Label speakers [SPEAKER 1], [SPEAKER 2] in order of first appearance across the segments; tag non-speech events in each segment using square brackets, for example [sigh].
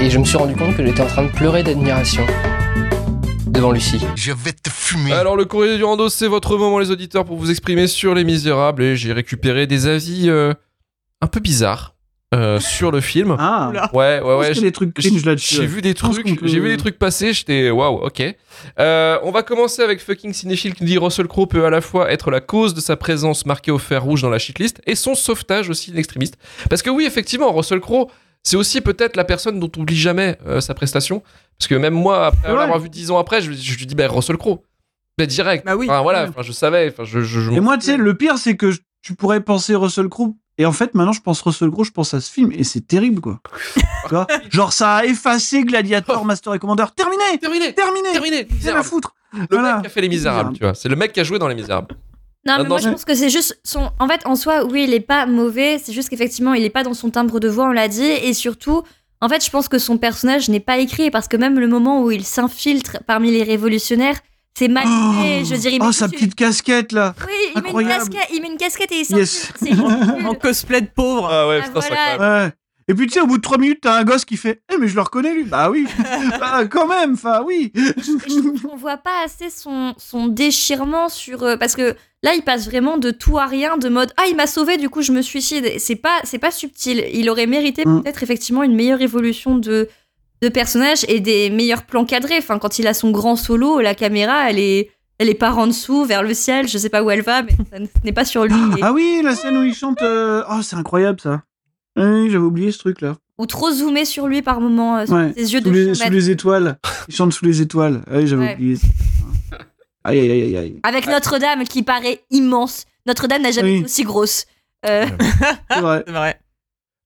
[SPEAKER 1] Et je me suis rendu compte que j'étais en train de pleurer d'admiration devant Lucie.
[SPEAKER 2] Je vais te fumer.
[SPEAKER 3] Alors le courrier du Rando, c'est votre moment les auditeurs pour vous exprimer sur Les Misérables et j'ai récupéré des avis euh, un peu bizarres euh, sur le film.
[SPEAKER 4] Ah,
[SPEAKER 5] Oula.
[SPEAKER 3] Ouais, ouais, ouais.
[SPEAKER 4] Est-ce que les trucs
[SPEAKER 3] J'ai
[SPEAKER 4] cringe là-dessus.
[SPEAKER 3] j'ai vu des
[SPEAKER 4] Je pense
[SPEAKER 3] trucs,
[SPEAKER 4] qu'on peut-
[SPEAKER 3] j'ai vu des trucs passer, j'étais waouh, ok. Euh, on va commencer avec fucking cinéphile qui dit Russell Crowe peut à la fois être la cause de sa présence marquée au fer rouge dans la shitlist et son sauvetage aussi d'extrémiste. Parce que oui, effectivement, Russell Crowe, c'est aussi peut-être la personne dont on oublie jamais euh, sa prestation. Parce que même moi, après
[SPEAKER 4] Ouais.
[SPEAKER 3] l'avoir vu dix ans après, je, je lui dis ben Russell Crowe, ben direct.
[SPEAKER 5] Bah oui.
[SPEAKER 3] Enfin, voilà, enfin, je savais, enfin, je, je- je-
[SPEAKER 4] Et moi, tu sais, le pire, c'est que je- tu pourrais penser Russell Crowe. Et en fait, maintenant, je pense Russell Crowe, je pense à ce film. Et c'est
[SPEAKER 3] [laughs]
[SPEAKER 4] terrible, quoi. tu vois Genre, ça a effacé Gladiator, Master et Commander. Terminé
[SPEAKER 3] terminé,
[SPEAKER 4] Terminé
[SPEAKER 3] terminé.
[SPEAKER 4] C'est la
[SPEAKER 3] Misérable.
[SPEAKER 4] foutre
[SPEAKER 3] Le
[SPEAKER 4] Voilà.
[SPEAKER 3] mec qui a fait les Misérables, tu vois, c'est le mec qui a joué dans les Misérables.
[SPEAKER 6] Non, mais
[SPEAKER 3] Maintenant,
[SPEAKER 6] moi je
[SPEAKER 4] je-
[SPEAKER 6] pense que c'est juste son. En fait, en soi, oui, il est pas mauvais. C'est juste qu'effectivement, il est pas dans son timbre de voix, on l'a dit. Et surtout, en fait, je pense que son personnage n'est pas écrit parce que même le moment où il s'infiltre parmi les révolutionnaires, c'est mal fait. je dirais.
[SPEAKER 4] Oh, sa petite casquette, là
[SPEAKER 6] Oui, il met, une
[SPEAKER 4] Incroyable.
[SPEAKER 6] casquette, il met une casquette et il
[SPEAKER 4] Yes.
[SPEAKER 6] s'infiltre. c'est
[SPEAKER 4] [laughs]
[SPEAKER 6] ridicule.
[SPEAKER 5] En cosplay de
[SPEAKER 4] Euh,
[SPEAKER 5] pauvre.
[SPEAKER 3] Ah ouais,
[SPEAKER 6] Ah,
[SPEAKER 3] putain, c'est
[SPEAKER 6] voilà.
[SPEAKER 3] incroyable.
[SPEAKER 4] Ouais. Et puis, tu sais, au bout de 3 minutes, t'as un gosse qui fait Eh, mais je le reconnais, lui
[SPEAKER 3] [laughs]
[SPEAKER 4] Bah oui Bah, quand même Enfin, oui
[SPEAKER 6] Et je trouve qu'on voit pas assez son, son déchirement sur euh, parce que là il passe vraiment de tout à rien de mode ah il m'a sauvé du coup je me suicide Et c'est pas c'est pas subtil il aurait mérité
[SPEAKER 4] Mm.
[SPEAKER 6] peut-être effectivement une meilleure évolution de de personnages et des meilleurs plans cadrés enfin quand il a son grand solo la caméra elle est elle est par en dessous vers le ciel je sais pas où elle va mais ça n- ce n'est pas sur lui
[SPEAKER 4] [gasps]
[SPEAKER 6] Et-
[SPEAKER 4] Ah oui, la scène où il chante. euh, Oh, c'est incroyable, ça Oui, j'avais oublié ce truc, là.
[SPEAKER 6] ou trop zoomé sur lui par moment euh, sur
[SPEAKER 4] Ouais.
[SPEAKER 6] ses yeux
[SPEAKER 4] Sous
[SPEAKER 6] de
[SPEAKER 4] les,
[SPEAKER 6] chien
[SPEAKER 4] sous
[SPEAKER 6] bête.
[SPEAKER 4] les étoiles. Il chante sous les étoiles. Ah oui, j'avais
[SPEAKER 6] Ouais.
[SPEAKER 4] oublié. Aïe, aïe, aïe, aïe.
[SPEAKER 6] avec Notre-Dame qui paraît immense Notre-Dame n'a jamais
[SPEAKER 4] Oui.
[SPEAKER 6] été aussi grosse
[SPEAKER 4] [laughs]
[SPEAKER 6] Euh,
[SPEAKER 4] C'est vrai.
[SPEAKER 5] C'est vrai.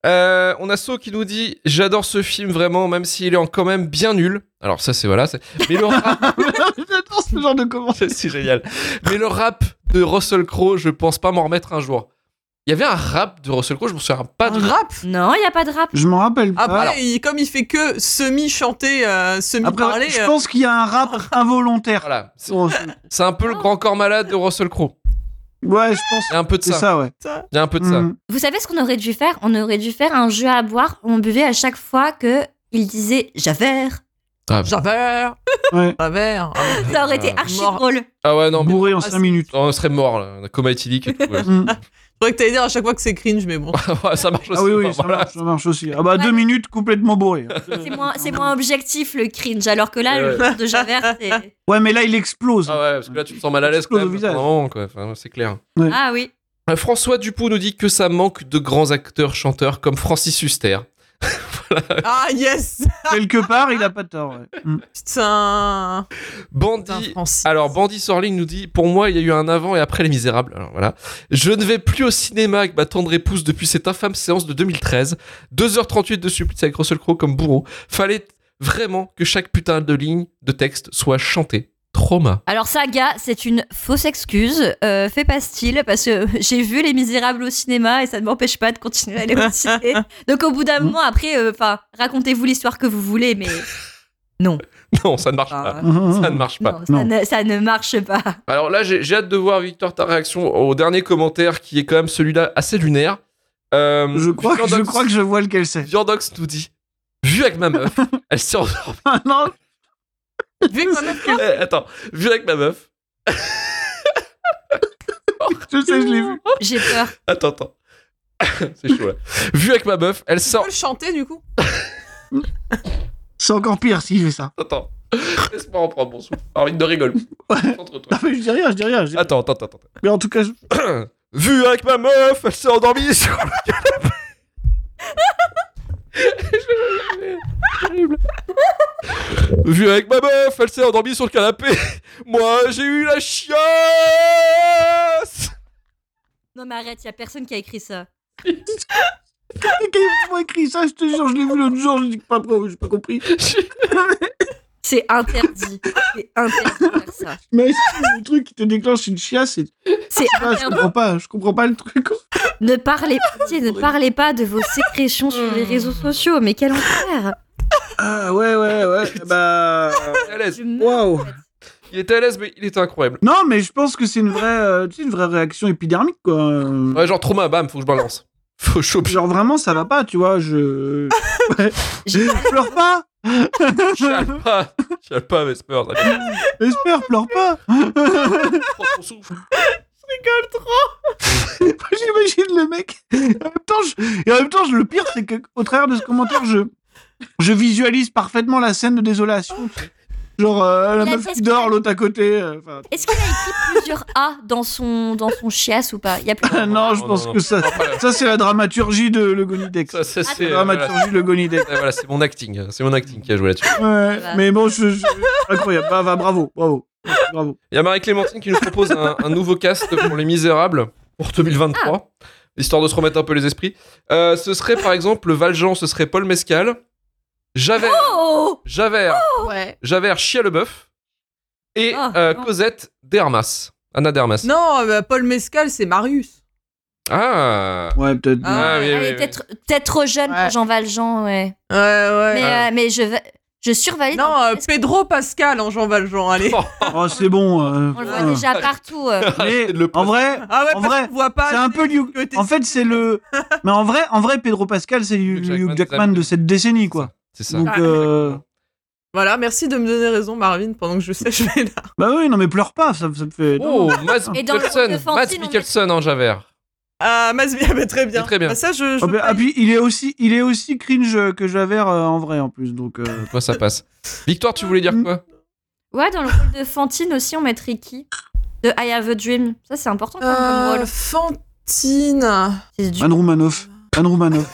[SPEAKER 3] Euh, on a So qui nous dit j'adore ce film vraiment même s'il est en- quand même bien nul. Alors ça c'est voilà, c'est- mais le rap
[SPEAKER 4] [laughs] J'adore ce genre de commentaire.
[SPEAKER 3] [laughs] c'est génial. Mais le rap de Russell Crowe, je pense pas m'en remettre un jour. Il y avait un rap de Russell Crowe, je me souviens pas
[SPEAKER 5] Un
[SPEAKER 3] de
[SPEAKER 5] rap.
[SPEAKER 6] non il y a pas de rap
[SPEAKER 4] Je m'en rappelle pas.
[SPEAKER 5] Après,
[SPEAKER 4] Alors,
[SPEAKER 5] il- comme il fait que semi-chanter, euh,
[SPEAKER 4] Après,
[SPEAKER 5] semi-parler.
[SPEAKER 4] je
[SPEAKER 5] euh,
[SPEAKER 4] pense qu'il y a un rap
[SPEAKER 6] [laughs]
[SPEAKER 4] involontaire.
[SPEAKER 3] voilà, c'est
[SPEAKER 4] Oh,
[SPEAKER 3] c'est un peu le grand corps malade de Russell Crowe.
[SPEAKER 4] Ouais, je pense.
[SPEAKER 3] Il y a un peu de
[SPEAKER 4] C'est
[SPEAKER 3] ça.
[SPEAKER 4] ça, ouais.
[SPEAKER 3] Il y a un peu de ça.
[SPEAKER 4] Mhm.
[SPEAKER 6] Vous savez ce qu'on aurait dû faire On aurait dû faire un jeu à boire où on buvait à chaque fois que il disait Javert.
[SPEAKER 5] Javert,
[SPEAKER 4] Ouais.
[SPEAKER 5] Javert. Ah bon.
[SPEAKER 6] Ça aurait été
[SPEAKER 3] Ah,
[SPEAKER 6] archi
[SPEAKER 5] mort.
[SPEAKER 6] drôle.
[SPEAKER 3] Ah ouais non, mais
[SPEAKER 4] Bourré en
[SPEAKER 5] Ah,
[SPEAKER 4] 5
[SPEAKER 5] c'est-
[SPEAKER 4] minutes.
[SPEAKER 3] on serait mort là, on a coma éthylique et tout. ouais.
[SPEAKER 4] [laughs]
[SPEAKER 6] [laughs]
[SPEAKER 4] Mhm.
[SPEAKER 5] Je croyais que t'allais dire à chaque fois que c'est cringe, mais bon.
[SPEAKER 3] Ouais, ça marche aussi.
[SPEAKER 4] Ah oui, oui,
[SPEAKER 3] enfin,
[SPEAKER 4] ça
[SPEAKER 3] voilà.
[SPEAKER 4] marche, ça marche aussi. Ah bah,
[SPEAKER 6] Ouais.
[SPEAKER 4] deux minutes complètement bourré. hein.
[SPEAKER 6] C'est moins, c'est moins objectif le cringe, alors que là,
[SPEAKER 3] Ouais,
[SPEAKER 6] le genre de Javert,
[SPEAKER 3] [laughs]
[SPEAKER 6] c'est.
[SPEAKER 4] Ouais, mais là, il explose.
[SPEAKER 3] Ah ouais, parce que là tu te sens mal à l'aise quand
[SPEAKER 4] Explose au
[SPEAKER 3] même.
[SPEAKER 4] visage.
[SPEAKER 3] pendant un moment, quoi. Enfin, c'est clair.
[SPEAKER 6] Ah oui.
[SPEAKER 3] Euh, François Dupont nous dit que ça manque de grands acteurs-chanteurs comme Francis Huster.
[SPEAKER 5] Ah yes
[SPEAKER 4] Quelque part, il a pas tort. ouais.
[SPEAKER 3] [laughs]
[SPEAKER 4] Mhm.
[SPEAKER 5] Putain Putain,
[SPEAKER 3] Bandit.
[SPEAKER 5] Francis.
[SPEAKER 3] Alors, Bandit Sorling nous dit Pour moi, il y a eu un avant et après Les Misérables. Alors voilà. Je ne vais plus au cinéma avec ma tendre épouse depuis cette infâme séance de 2013. 2h38 de supplice avec Russell Crowe comme bourreau. Fallait vraiment que chaque putain de ligne de texte soit chantée. Trauma. [laughs]
[SPEAKER 6] Alors ça, gars, c'est une fausse excuse. Euh, fais pas style, parce que [laughs] j'ai vu Les Misérables au cinéma et ça ne m'empêche pas de continuer à aller
[SPEAKER 3] [laughs]
[SPEAKER 6] au cinéma. Donc au bout d'un moment, après, euh, enfin, racontez-vous l'histoire que vous voulez, mais
[SPEAKER 3] Non, ça ne marche
[SPEAKER 5] Ah,
[SPEAKER 3] pas.
[SPEAKER 4] Mhm.
[SPEAKER 3] Ça ne marche pas.
[SPEAKER 6] non, ça,
[SPEAKER 4] Non.
[SPEAKER 6] ne, ça ne marche pas.
[SPEAKER 3] Alors là, j'ai j'ai hâte de voir, Victor, ta réaction au dernier commentaire qui est quand même celui-là assez lunaire. Euh,
[SPEAKER 4] Je crois, que,
[SPEAKER 3] Victor
[SPEAKER 4] je
[SPEAKER 3] Dox-
[SPEAKER 4] crois que je vois lequel c'est. [laughs]
[SPEAKER 3] Viandox nous dit Vu avec ma meuf, elle s'est endormie.
[SPEAKER 4] Ah non, euh,
[SPEAKER 5] Vu que ma meuf-
[SPEAKER 3] Eh, Attends, vu avec ma meuf.
[SPEAKER 4] je sais, je l'ai vu.
[SPEAKER 3] Oh.
[SPEAKER 6] J'ai peur.
[SPEAKER 3] Attends, attends. [laughs] C'est chaud là. Vu avec ma meuf, elle
[SPEAKER 5] Tu peux
[SPEAKER 3] sort.
[SPEAKER 5] [laughs] le chanter du coup
[SPEAKER 4] C'est encore pire s'il fait ça.
[SPEAKER 3] Attends. Laisse-moi en prendre mon souffle. Alors, il ne rigole. plus. Concentre-toi.
[SPEAKER 4] Ah, mais je dis rien, je dis rien. je dis-
[SPEAKER 3] Attends, attends, attends. attends.
[SPEAKER 4] Mais en tout cas, je-
[SPEAKER 3] Vu avec ma meuf, elle s'est endormie sur le canapé. Je vais jamais. Terrible. Vu avec ma meuf, elle s'est endormie sur le canapé. Moi, j'ai eu la chiasse.
[SPEAKER 6] Non mais arrête, y a personne qui a écrit ça.
[SPEAKER 4] Ils m'ont écrit ça, je te jure, je l'ai vu l'autre jour, je dis pas j'ai pas compris.
[SPEAKER 6] C'est interdit. C'est interdit de faire ça.
[SPEAKER 4] Mais c'est le truc qui te déclenche une chiasse et
[SPEAKER 6] C'est
[SPEAKER 4] Ah, je comprends pas, je comprends pas le truc.
[SPEAKER 6] Ne parlez, pitié, ne parlez pas de vos sécrétions sur
[SPEAKER 3] Hmm.
[SPEAKER 6] les réseaux sociaux, mais quel enfer
[SPEAKER 4] Ah ouais, ouais, [laughs] ouais, bah.
[SPEAKER 3] Il était à l'aise.
[SPEAKER 6] Je meurs, en
[SPEAKER 4] Wow.
[SPEAKER 6] fait.
[SPEAKER 3] Il était à l'aise, mais il était incroyable.
[SPEAKER 4] Non, mais je pense que c'est une vraie, euh, tu sais, une vraie réaction épidermique, quoi. Euh,
[SPEAKER 3] Ouais, genre trauma, bam, faut que je balance. Faut choper.
[SPEAKER 4] Genre vraiment, ça va pas, tu vois, je. Ouais.
[SPEAKER 6] J'ai-
[SPEAKER 4] pleure pas
[SPEAKER 3] Chiale pas, chiale pas, Vesper. ça fait-
[SPEAKER 4] J'espère, pleure pas [laughs]
[SPEAKER 3] Prends ton souffle.
[SPEAKER 5] rigole trop.
[SPEAKER 4] J'imagine le mec. En même temps, je- Et en même temps, je- le pire, c'est qu'au travers de ce commentaire, je... je visualise parfaitement la scène de désolation. tu sais. Genre, euh, la
[SPEAKER 6] Il a
[SPEAKER 4] meuf
[SPEAKER 6] fait
[SPEAKER 4] qui
[SPEAKER 6] ce qu'il
[SPEAKER 4] dort,
[SPEAKER 6] a-
[SPEAKER 4] l'autre à côté. euh, enfin,
[SPEAKER 6] Est-ce qu'il a écrit plusieurs A dans son, dans son chiasse ou pas Il y a plus...
[SPEAKER 5] Ah
[SPEAKER 4] non, je
[SPEAKER 3] non,
[SPEAKER 4] pense
[SPEAKER 3] non.
[SPEAKER 4] que ça,
[SPEAKER 3] Non, pas là.
[SPEAKER 4] ça c'est la dramaturgie de Le Gonidex.
[SPEAKER 3] Ça,
[SPEAKER 6] Ah,
[SPEAKER 3] ça, c'est.
[SPEAKER 4] La
[SPEAKER 3] euh, voilà,
[SPEAKER 4] dramaturgie de Le
[SPEAKER 6] [laughs]
[SPEAKER 4] Gonidex.
[SPEAKER 3] c'est- voilà, c'est mon acting. euh, C'est mon acting qui a joué là-dessus.
[SPEAKER 4] Ouais,
[SPEAKER 6] Voilà.
[SPEAKER 4] mais bon, je, je- incroyable. Bah, bah, bravo, bravo. Bravo.
[SPEAKER 3] Il y a Marie-Clémentine qui nous propose un, un nouveau cast pour Les Misérables pour 2023,
[SPEAKER 6] Ah.
[SPEAKER 3] histoire de se remettre un peu les esprits. Euh, ce serait par exemple Valjean, ce serait Paul Mescal, Javert,
[SPEAKER 6] Oh
[SPEAKER 3] Javert,
[SPEAKER 5] Ouais.
[SPEAKER 3] Javert Chia Leboeuf et
[SPEAKER 6] Ah,
[SPEAKER 3] euh,
[SPEAKER 6] non.
[SPEAKER 3] Cosette Dermas. Anna Dermas.
[SPEAKER 5] Non, bah, Paul Mescal, c'est Marius.
[SPEAKER 3] Ah
[SPEAKER 4] Ouais, peut-être.
[SPEAKER 5] Ah.
[SPEAKER 3] oui,
[SPEAKER 6] Elle
[SPEAKER 3] oui,
[SPEAKER 6] est
[SPEAKER 3] oui.
[SPEAKER 6] peut-être peut-être trop jeune
[SPEAKER 5] Ouais.
[SPEAKER 6] pour Jean Valjean, ouais.
[SPEAKER 5] Ouais, ouais.
[SPEAKER 6] Mais,
[SPEAKER 3] Ouais.
[SPEAKER 6] euh, mais je, va- je survalide. hein.
[SPEAKER 5] non, euh,
[SPEAKER 6] Est-ce que-
[SPEAKER 5] Pedro Pascal en Jean Valjean, allez.
[SPEAKER 3] [laughs] Oh,
[SPEAKER 4] Oh, c'est bon. euh,
[SPEAKER 6] Ah. on le
[SPEAKER 4] voilà.
[SPEAKER 6] voit déjà partout. euh.
[SPEAKER 4] Mais,
[SPEAKER 3] Ah, C'est le- [laughs]
[SPEAKER 4] en vrai,
[SPEAKER 5] Ah ouais,
[SPEAKER 4] En
[SPEAKER 5] parce
[SPEAKER 4] vrai,
[SPEAKER 5] qu'on voit pas.
[SPEAKER 4] c'est un
[SPEAKER 5] assez
[SPEAKER 4] peu Luke-
[SPEAKER 5] que t'es-
[SPEAKER 4] En fait, c'est le. Mais en vrai, en vrai, Pedro Pascal, c'est le
[SPEAKER 3] Hugh Jackman
[SPEAKER 4] Hugh Jackman de cette décennie, quoi.
[SPEAKER 3] C'est ça.
[SPEAKER 4] Donc,
[SPEAKER 5] Ah.
[SPEAKER 4] euh,
[SPEAKER 5] Voilà, merci de me donner raison, Marvin, pendant que je sèche mes larmes.
[SPEAKER 4] bah oui, non, mais pleure pas, ça, ça me fait.
[SPEAKER 3] Oh, Mads
[SPEAKER 6] Et dans le rôle
[SPEAKER 3] Mikkelsen,
[SPEAKER 6] de
[SPEAKER 3] Mads
[SPEAKER 6] Fantine, on met-
[SPEAKER 3] Mikkelsen en Javert.
[SPEAKER 5] Ah, Masvi, ah, [laughs] bah, très bien.
[SPEAKER 3] Très bien.
[SPEAKER 5] Bah, ça, je. je
[SPEAKER 4] Oh, bah,
[SPEAKER 5] paye.
[SPEAKER 4] ah, puis il est aussi, il est aussi cringe que Javert euh, en vrai, en plus. Donc,
[SPEAKER 5] [laughs]
[SPEAKER 4] euh,
[SPEAKER 3] Moi, ça passe. Victoire, tu voulais dire quoi
[SPEAKER 6] Ouais, dans le rôle de Fantine aussi, on mettrait qui De I Have a Dream. Ça, c'est important quand même comme
[SPEAKER 5] Euh,
[SPEAKER 6] rôle.
[SPEAKER 5] Fantine.
[SPEAKER 6] C'est du-
[SPEAKER 4] Anne Roumanoff. Anne Roumanoff.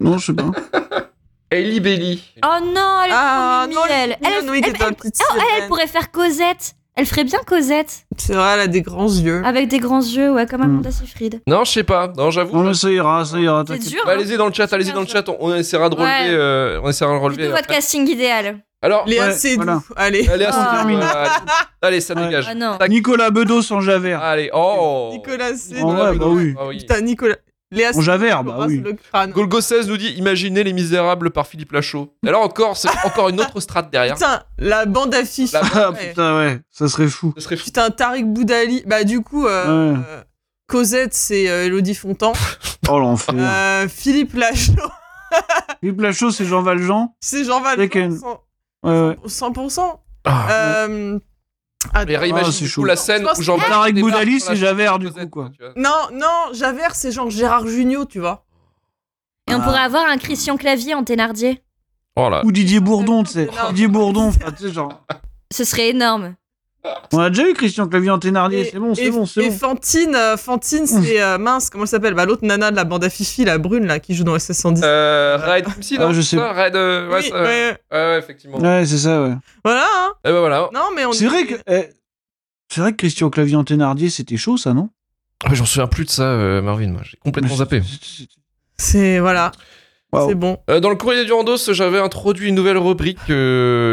[SPEAKER 4] Non, je sais
[SPEAKER 5] [laughs]
[SPEAKER 4] pas.
[SPEAKER 3] Ellie Belly.
[SPEAKER 6] Oh non, elle est trop
[SPEAKER 5] Ah, non,
[SPEAKER 6] mignonne, elle. Elle,
[SPEAKER 5] mignonne, oui, qui
[SPEAKER 6] elle-
[SPEAKER 5] est un
[SPEAKER 6] elle-
[SPEAKER 5] petit
[SPEAKER 6] oh, elle, elle
[SPEAKER 5] sirène.
[SPEAKER 6] pourrait faire Cosette. Elle ferait bien Cosette.
[SPEAKER 5] C'est vrai, elle a des grands
[SPEAKER 4] Mmh.
[SPEAKER 5] yeux.
[SPEAKER 6] Avec des grands yeux, ouais, comme
[SPEAKER 4] Hmm.
[SPEAKER 6] Amanda Seyfried.
[SPEAKER 3] Non, je sais pas. Non, j'avoue.
[SPEAKER 4] Non, mais ça ira, ça ira.
[SPEAKER 6] C'est
[SPEAKER 4] t'inquiète.
[SPEAKER 6] dur.
[SPEAKER 3] Bah,
[SPEAKER 6] hein.
[SPEAKER 3] allez-y dans le chat, allez-y dans le chat, on, on essaiera de relever.
[SPEAKER 6] Ouais.
[SPEAKER 3] euh, on essaiera de
[SPEAKER 6] Dites-nous
[SPEAKER 3] relever.
[SPEAKER 6] votre
[SPEAKER 3] après.
[SPEAKER 6] casting idéal.
[SPEAKER 3] Alors,
[SPEAKER 5] Les
[SPEAKER 4] Ouais,
[SPEAKER 5] assez doux.
[SPEAKER 4] voilà.
[SPEAKER 5] Allez. [laughs]
[SPEAKER 3] allez, assez
[SPEAKER 6] Ah.
[SPEAKER 3] doux,
[SPEAKER 4] Terminé.
[SPEAKER 3] allez, allez, ça
[SPEAKER 4] Ouais.
[SPEAKER 3] dégage.
[SPEAKER 6] Ah non.
[SPEAKER 3] Tac.
[SPEAKER 4] Nicolas Bedos en Javert.
[SPEAKER 3] Allez, oh
[SPEAKER 5] Ah, Nicolas C.
[SPEAKER 4] En vrai, bah oui.
[SPEAKER 3] Ah, oui.
[SPEAKER 5] Putain, Nicolas. Léa
[SPEAKER 4] En Javert, bah
[SPEAKER 5] Seydoux,
[SPEAKER 4] oui.
[SPEAKER 5] le crâne.
[SPEAKER 3] Golgo 16 nous dit Imaginez les misérables par Philippe Lachaud. Alors encore, c'est encore une autre strate derrière.
[SPEAKER 5] Putain, la bande affiche.
[SPEAKER 3] La-
[SPEAKER 4] [laughs] Ah
[SPEAKER 5] Ouais.
[SPEAKER 4] putain, ouais, ça serait fou.
[SPEAKER 3] Ce serait fou.
[SPEAKER 5] [laughs] Putain, Tariq Boudali. Bah, du coup, euh,
[SPEAKER 4] Ouais.
[SPEAKER 5] euh, Cosette, c'est euh, Elodie Fontan.
[SPEAKER 4] Oh l'enfer.
[SPEAKER 5] Euh, Philippe Lachaud,
[SPEAKER 4] Philippe Lachaud, c'est Jean Valjean.
[SPEAKER 5] [laughs] c'est Jean Valjean.
[SPEAKER 4] Taken.
[SPEAKER 5] 100%.
[SPEAKER 4] Ouais, ouais.
[SPEAKER 5] 100%.
[SPEAKER 3] Ah.
[SPEAKER 5] Euh,
[SPEAKER 3] Mais
[SPEAKER 5] attends.
[SPEAKER 3] réimagine
[SPEAKER 4] Ah,
[SPEAKER 3] du
[SPEAKER 4] c'est
[SPEAKER 3] coup
[SPEAKER 4] chaud.
[SPEAKER 3] la scène
[SPEAKER 5] Je pense
[SPEAKER 3] où Jean
[SPEAKER 5] que-
[SPEAKER 4] Tarek
[SPEAKER 3] débarque
[SPEAKER 4] Boudali,
[SPEAKER 3] sur la
[SPEAKER 4] c'est Javert, du
[SPEAKER 3] Cosette,
[SPEAKER 4] coup, quoi.
[SPEAKER 3] tu vois.
[SPEAKER 5] Non, non, Javert, c'est genre Gérard Junior, tu vois.
[SPEAKER 6] Et on
[SPEAKER 4] Ah.
[SPEAKER 6] pourrait avoir un Christian Clavier en Thénardier.
[SPEAKER 3] Oh là.
[SPEAKER 4] Ou Didier Bourdon, tu sais.
[SPEAKER 5] Non.
[SPEAKER 4] Didier Bourdon, enfin, tu sais,
[SPEAKER 5] [laughs]
[SPEAKER 4] genre.
[SPEAKER 6] Ce serait énorme.
[SPEAKER 4] On a déjà eu Christian Clavier en Thénardier,
[SPEAKER 5] Et-
[SPEAKER 4] c'est bon,
[SPEAKER 5] et,
[SPEAKER 4] c'est bon, c'est
[SPEAKER 5] et
[SPEAKER 4] bon.
[SPEAKER 5] Fantine, euh, Fantine, c'est euh, mince, comment elle s'appelle Bah, l'autre nana de la bande à Fifi, la brune, là, qui joue dans SS110.
[SPEAKER 3] Euh, Raid MC, non
[SPEAKER 4] Ah, je sais
[SPEAKER 3] Ça, Raid, euh, ouais,
[SPEAKER 5] Oui,
[SPEAKER 3] ça, ouais.
[SPEAKER 5] ouais.
[SPEAKER 3] ouais, effectivement.
[SPEAKER 4] Ouais, c'est ça, ouais.
[SPEAKER 5] Voilà, hein.
[SPEAKER 3] Et ben voilà.
[SPEAKER 5] Non, mais on
[SPEAKER 4] C'est vrai que. eh, C'est vrai que Christian Clavier en Thénardier, c'était chaud, ça, non
[SPEAKER 3] Ah, mais J'en souviens plus de ça, euh, Marvin. moi, J'ai complètement zappé.
[SPEAKER 5] C'est, voilà,
[SPEAKER 4] Waouh.
[SPEAKER 5] c'est bon.
[SPEAKER 3] Euh, dans le courrier du Randos, j'avais introduit une nouvelle rubrique.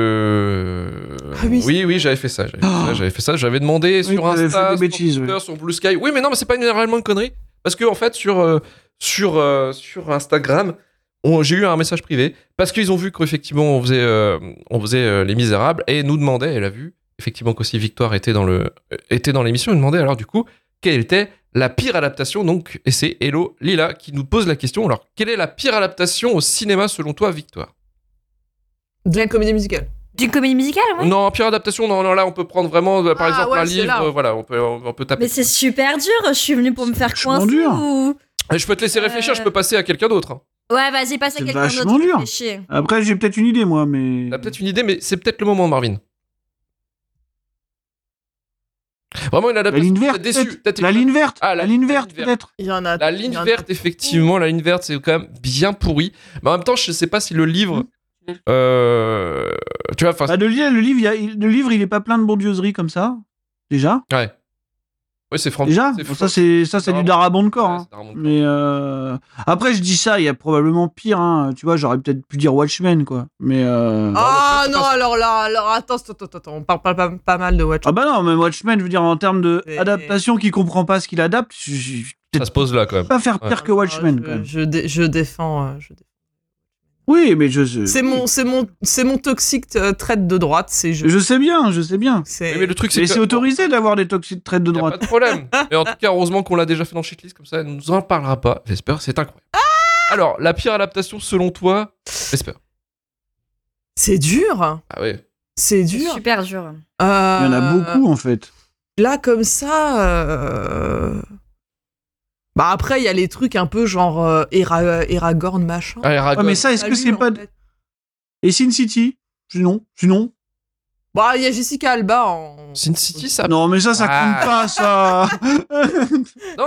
[SPEAKER 3] euh,
[SPEAKER 5] Ah oui,
[SPEAKER 3] oui,
[SPEAKER 5] c'est
[SPEAKER 3] oui,
[SPEAKER 5] vrai.
[SPEAKER 3] j'avais fait ça. J'avais fait
[SPEAKER 4] Oh.
[SPEAKER 3] ça, j'avais fait ça. J'avais demandé
[SPEAKER 4] Oui,
[SPEAKER 3] sur
[SPEAKER 4] vous avez fait
[SPEAKER 3] Insta,
[SPEAKER 4] des
[SPEAKER 3] sur
[SPEAKER 4] bêtises,
[SPEAKER 3] Twitter,
[SPEAKER 4] oui.
[SPEAKER 3] sur Blue Sky. Oui, mais non, mais c'est pas généralement une connerie. Parce que, en fait, sur, euh, sur, euh, sur Instagram, on- j'ai eu un message privé. Parce qu'ils ont vu qu'effectivement, on faisait, euh, on faisait euh, Les Misérables. Et nous demandaient, elle a vu, effectivement, qu'aussi Victoire était dans le- euh, était dans l'émission. Ils demandaient alors, du coup, quelle était la pire adaptation donc et c'est Hello Lila qui nous pose la question alors quelle est la pire adaptation au cinéma selon toi Victoire
[SPEAKER 5] De la comédie musicale.
[SPEAKER 6] D'une comédie musicale,
[SPEAKER 4] Mmh.
[SPEAKER 6] ouais.
[SPEAKER 3] non pire adaptation non non là on peut prendre vraiment euh, par
[SPEAKER 5] Ah,
[SPEAKER 3] exemple
[SPEAKER 5] ouais,
[SPEAKER 3] un
[SPEAKER 5] c'est
[SPEAKER 3] livre
[SPEAKER 5] là.
[SPEAKER 3] euh, voilà on peut on peut taper
[SPEAKER 6] Mais c'est super dur. Je suis venue pour me faire
[SPEAKER 4] vachement
[SPEAKER 6] coincer.
[SPEAKER 4] dur.
[SPEAKER 6] Ou...
[SPEAKER 3] Et je peux te laisser réfléchir
[SPEAKER 6] Euh.
[SPEAKER 3] je peux passer à quelqu'un d'autre hein.
[SPEAKER 6] Ouais, vas-y, passe à
[SPEAKER 4] C'est
[SPEAKER 6] quelqu'un d'autre.
[SPEAKER 4] vachement
[SPEAKER 6] fais
[SPEAKER 4] dur.
[SPEAKER 6] chier.
[SPEAKER 4] Après, j'ai peut-être une idée, moi, mais.
[SPEAKER 3] t'as peut-être une idée mais c'est peut-être le moment Marvin vraiment une
[SPEAKER 4] La
[SPEAKER 3] adaptation
[SPEAKER 4] ligne verte.
[SPEAKER 3] t'es déçu t'as
[SPEAKER 4] peut-être.
[SPEAKER 3] été-
[SPEAKER 4] La ligne verte.
[SPEAKER 3] Ah, la-
[SPEAKER 4] La ligne
[SPEAKER 3] la
[SPEAKER 4] verte,
[SPEAKER 3] ligne verte.
[SPEAKER 4] peut-être.
[SPEAKER 5] Il y en a.
[SPEAKER 3] la
[SPEAKER 5] il y
[SPEAKER 3] ligne
[SPEAKER 5] en a-
[SPEAKER 3] verte effectivement la ligne verte c'est quand même bien pourri mais en même temps je sais pas si le livre
[SPEAKER 4] Mmh.
[SPEAKER 3] euh, tu vois enfin
[SPEAKER 4] Bah, de lire le livre, il y a- il- le livre, il est pas plein de bondieuseries comme ça. Déjà.
[SPEAKER 3] ouais Oui, c'est Franck.
[SPEAKER 4] Déjà,
[SPEAKER 3] c'est
[SPEAKER 4] bon,
[SPEAKER 3] Franck-
[SPEAKER 4] ça c'est ça c'est du darabon de corps.
[SPEAKER 3] Ouais,
[SPEAKER 4] hein.
[SPEAKER 3] c'est Darabont.
[SPEAKER 4] Mais euh, après, je dis ça, il y a probablement pire. hein. Tu vois, j'aurais peut-être pu dire Watchmen, quoi. Mais euh,
[SPEAKER 5] Ah non, alors là, alors attends, attends, attends, attends, on parle pas, pas, pas mal de Watch.
[SPEAKER 4] ah bah non, mais Watchmen, je veux dire en termes de
[SPEAKER 5] Mais-
[SPEAKER 4] adaptation qui comprend pas ce qu'il adapte, je- je- je-
[SPEAKER 3] Ça se pose là quand même.
[SPEAKER 4] pas faire
[SPEAKER 3] Ouais.
[SPEAKER 4] bah, pire que Watchmen.
[SPEAKER 5] Ah,
[SPEAKER 4] Quand même.
[SPEAKER 5] Je, je, dé- je défends. euh, je défends.
[SPEAKER 4] Oui, mais je, je-
[SPEAKER 5] C'est mon, c'est mon, c'est mon toxique euh, traite de droite. C'est je.
[SPEAKER 4] je sais bien, je sais bien.
[SPEAKER 5] c'est-
[SPEAKER 3] Oui, mais le truc, c'est
[SPEAKER 4] Mais
[SPEAKER 3] que-
[SPEAKER 4] c'est autorisé d'avoir des toxiques traits de
[SPEAKER 3] Y a
[SPEAKER 4] droite.
[SPEAKER 3] Pas de problème.
[SPEAKER 4] [laughs]
[SPEAKER 3] Mais en tout cas, heureusement qu'on l'a déjà fait dans Shitlist, comme ça, elle nous en parlera pas. J'espère, c'est incroyable. Alors, la pire adaptation selon toi, j'espère.
[SPEAKER 5] C'est dur.
[SPEAKER 3] Ah ouais.
[SPEAKER 5] C'est
[SPEAKER 6] C'est
[SPEAKER 5] dur.
[SPEAKER 6] super dur.
[SPEAKER 5] Euh,
[SPEAKER 4] Il y en a beaucoup en fait.
[SPEAKER 5] Là, comme ça. euh, Bah après, il y a les trucs un peu genre euh, Era- euh, Eragorn machin.
[SPEAKER 3] Ah, Eragon.
[SPEAKER 4] Ouais, mais ça, est-ce que
[SPEAKER 5] Salut,
[SPEAKER 4] c'est
[SPEAKER 5] en
[SPEAKER 4] pas.
[SPEAKER 5] fait.
[SPEAKER 4] Et Sin City Sinon, sinon.
[SPEAKER 5] Bah, il y a Jessica Alba en.
[SPEAKER 3] Sin City, ça.
[SPEAKER 4] Non, mais ça, ça
[SPEAKER 3] Ah.
[SPEAKER 4] compte pas, ça.
[SPEAKER 3] Non, Sin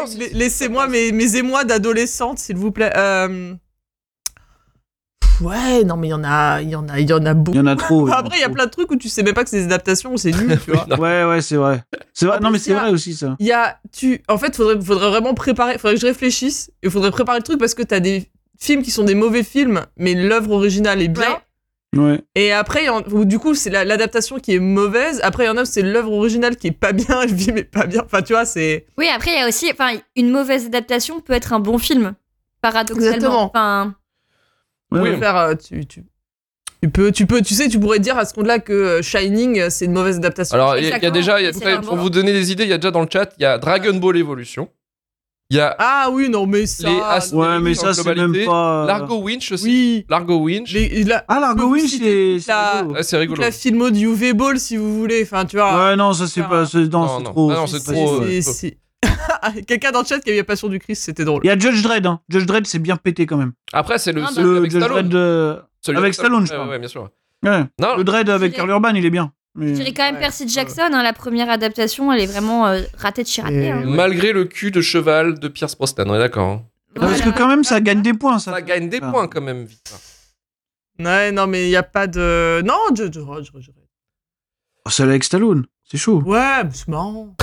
[SPEAKER 5] La-
[SPEAKER 3] City,
[SPEAKER 5] Laissez-moi
[SPEAKER 3] ça passe.
[SPEAKER 5] mes, mes émois d'adolescente, s'il vous plaît. Euh, pff, Ouais, non, mais il y en a, il y en a, il y en a
[SPEAKER 4] Il y
[SPEAKER 5] beaucoup.
[SPEAKER 4] en a trop. en
[SPEAKER 5] Après, il y a
[SPEAKER 4] trop.
[SPEAKER 5] plein de trucs où tu sais même pas que c'est des adaptations, c'est nul, tu vois.
[SPEAKER 4] Ouais, ouais, c'est vrai. C'est vrai.
[SPEAKER 5] En
[SPEAKER 4] Non,
[SPEAKER 5] plus,
[SPEAKER 4] mais
[SPEAKER 5] il
[SPEAKER 4] c'est
[SPEAKER 5] y a-
[SPEAKER 4] vrai aussi, ça.
[SPEAKER 5] Il y a, tu, en fait, faudrait, faudrait vraiment préparer, faudrait que je réfléchisse, il faudrait préparer le truc parce que t'as des films qui sont des mauvais films, mais l'œuvre originale est bien.
[SPEAKER 6] Ouais.
[SPEAKER 4] Ouais.
[SPEAKER 5] Et après, il y en- ou du coup, c'est la- l'adaptation qui est mauvaise. Après, il y en a où c'est l'œuvre originale qui est pas bien, [laughs] et le film est pas bien. Enfin, tu vois, c'est.
[SPEAKER 6] Oui, après, il y a aussi. Enfin, une mauvaise adaptation peut être un bon film. Paradoxalement.
[SPEAKER 5] Exactement.
[SPEAKER 4] Mmh.
[SPEAKER 6] Enfin,
[SPEAKER 4] Ouais,
[SPEAKER 5] Tu peux
[SPEAKER 3] Oui.
[SPEAKER 4] ouais.
[SPEAKER 5] faire, euh, tu, tu- tu peux, tu peux, tu sais, tu pourrais dire à ce compte-là que euh, Shining, euh, c'est une mauvaise adaptation.
[SPEAKER 3] Alors, il y a- il y a
[SPEAKER 6] Exactement,
[SPEAKER 3] déjà, il y a-
[SPEAKER 6] c'est
[SPEAKER 3] pour
[SPEAKER 6] vraiment-
[SPEAKER 3] vous donner des idées, il y a déjà dans le chat, il y a Dragon Ball Evolution. Il y a
[SPEAKER 5] ah oui, non, mais ça.
[SPEAKER 3] Les As-
[SPEAKER 4] Ouais, mais
[SPEAKER 3] En
[SPEAKER 4] ça, c'est
[SPEAKER 3] globalité,
[SPEAKER 4] même pas.
[SPEAKER 3] Largo Winch aussi.
[SPEAKER 5] oui.
[SPEAKER 3] Largo Winch.
[SPEAKER 5] Les- il a-
[SPEAKER 4] Ah, Largo
[SPEAKER 5] Oui,
[SPEAKER 4] Winch,
[SPEAKER 5] c'était
[SPEAKER 4] c'est. c'est
[SPEAKER 5] la-
[SPEAKER 4] rigolo.
[SPEAKER 3] Ah, c'est rigolo.
[SPEAKER 5] la filmo de UV Ball, si vous voulez. Enfin, tu vois.
[SPEAKER 4] Ouais, non, ça, c'est
[SPEAKER 5] Ah.
[SPEAKER 4] pas. c'est-
[SPEAKER 3] Non,
[SPEAKER 4] Non, c'est
[SPEAKER 3] non.
[SPEAKER 4] trop.
[SPEAKER 3] Ah, non,
[SPEAKER 4] c'est
[SPEAKER 3] c'est
[SPEAKER 5] c'est-
[SPEAKER 3] trop,
[SPEAKER 5] c'est-
[SPEAKER 3] euh,
[SPEAKER 5] c'est- [laughs] Quelqu'un dans le chat qui a eu la passion du Christ, c'était drôle.
[SPEAKER 4] Il y a Judge Dredd. Hein. Judge Dredd, c'est bien pété quand même.
[SPEAKER 3] Après, c'est le
[SPEAKER 6] Ah,
[SPEAKER 3] celui
[SPEAKER 4] Le
[SPEAKER 3] bah, avec
[SPEAKER 4] Judge
[SPEAKER 3] Stallone.
[SPEAKER 4] Dredd. euh,
[SPEAKER 3] Celui
[SPEAKER 4] avec Stallone, je
[SPEAKER 3] Ouais,
[SPEAKER 4] crois.
[SPEAKER 3] Ouais, bien sûr.
[SPEAKER 4] Ouais.
[SPEAKER 3] Non,
[SPEAKER 4] Le Dredd avec
[SPEAKER 6] Il est-
[SPEAKER 4] Carl Urban, il est bien.
[SPEAKER 6] je
[SPEAKER 4] Mais-
[SPEAKER 6] dirais quand même
[SPEAKER 5] Ouais.
[SPEAKER 6] Percy Jackson, hein, la première adaptation, elle est vraiment euh, ratée de chez ratée.
[SPEAKER 5] Et-
[SPEAKER 6] hein.
[SPEAKER 3] malgré le cul de cheval de Pierce Brosnan, on est d'accord. hein.
[SPEAKER 4] Non, Parce que
[SPEAKER 6] Voilà.
[SPEAKER 4] quand même, ça gagne des points, ça.
[SPEAKER 3] Ça gagne des
[SPEAKER 4] Ah.
[SPEAKER 3] points quand même vite. [laughs]
[SPEAKER 5] Ouais, non, mais il n'y a pas de. Non, je, je- je- je-
[SPEAKER 4] Oh, Celle avec Stallone, c'est chaud.
[SPEAKER 5] Ouais, mais c'est marrant.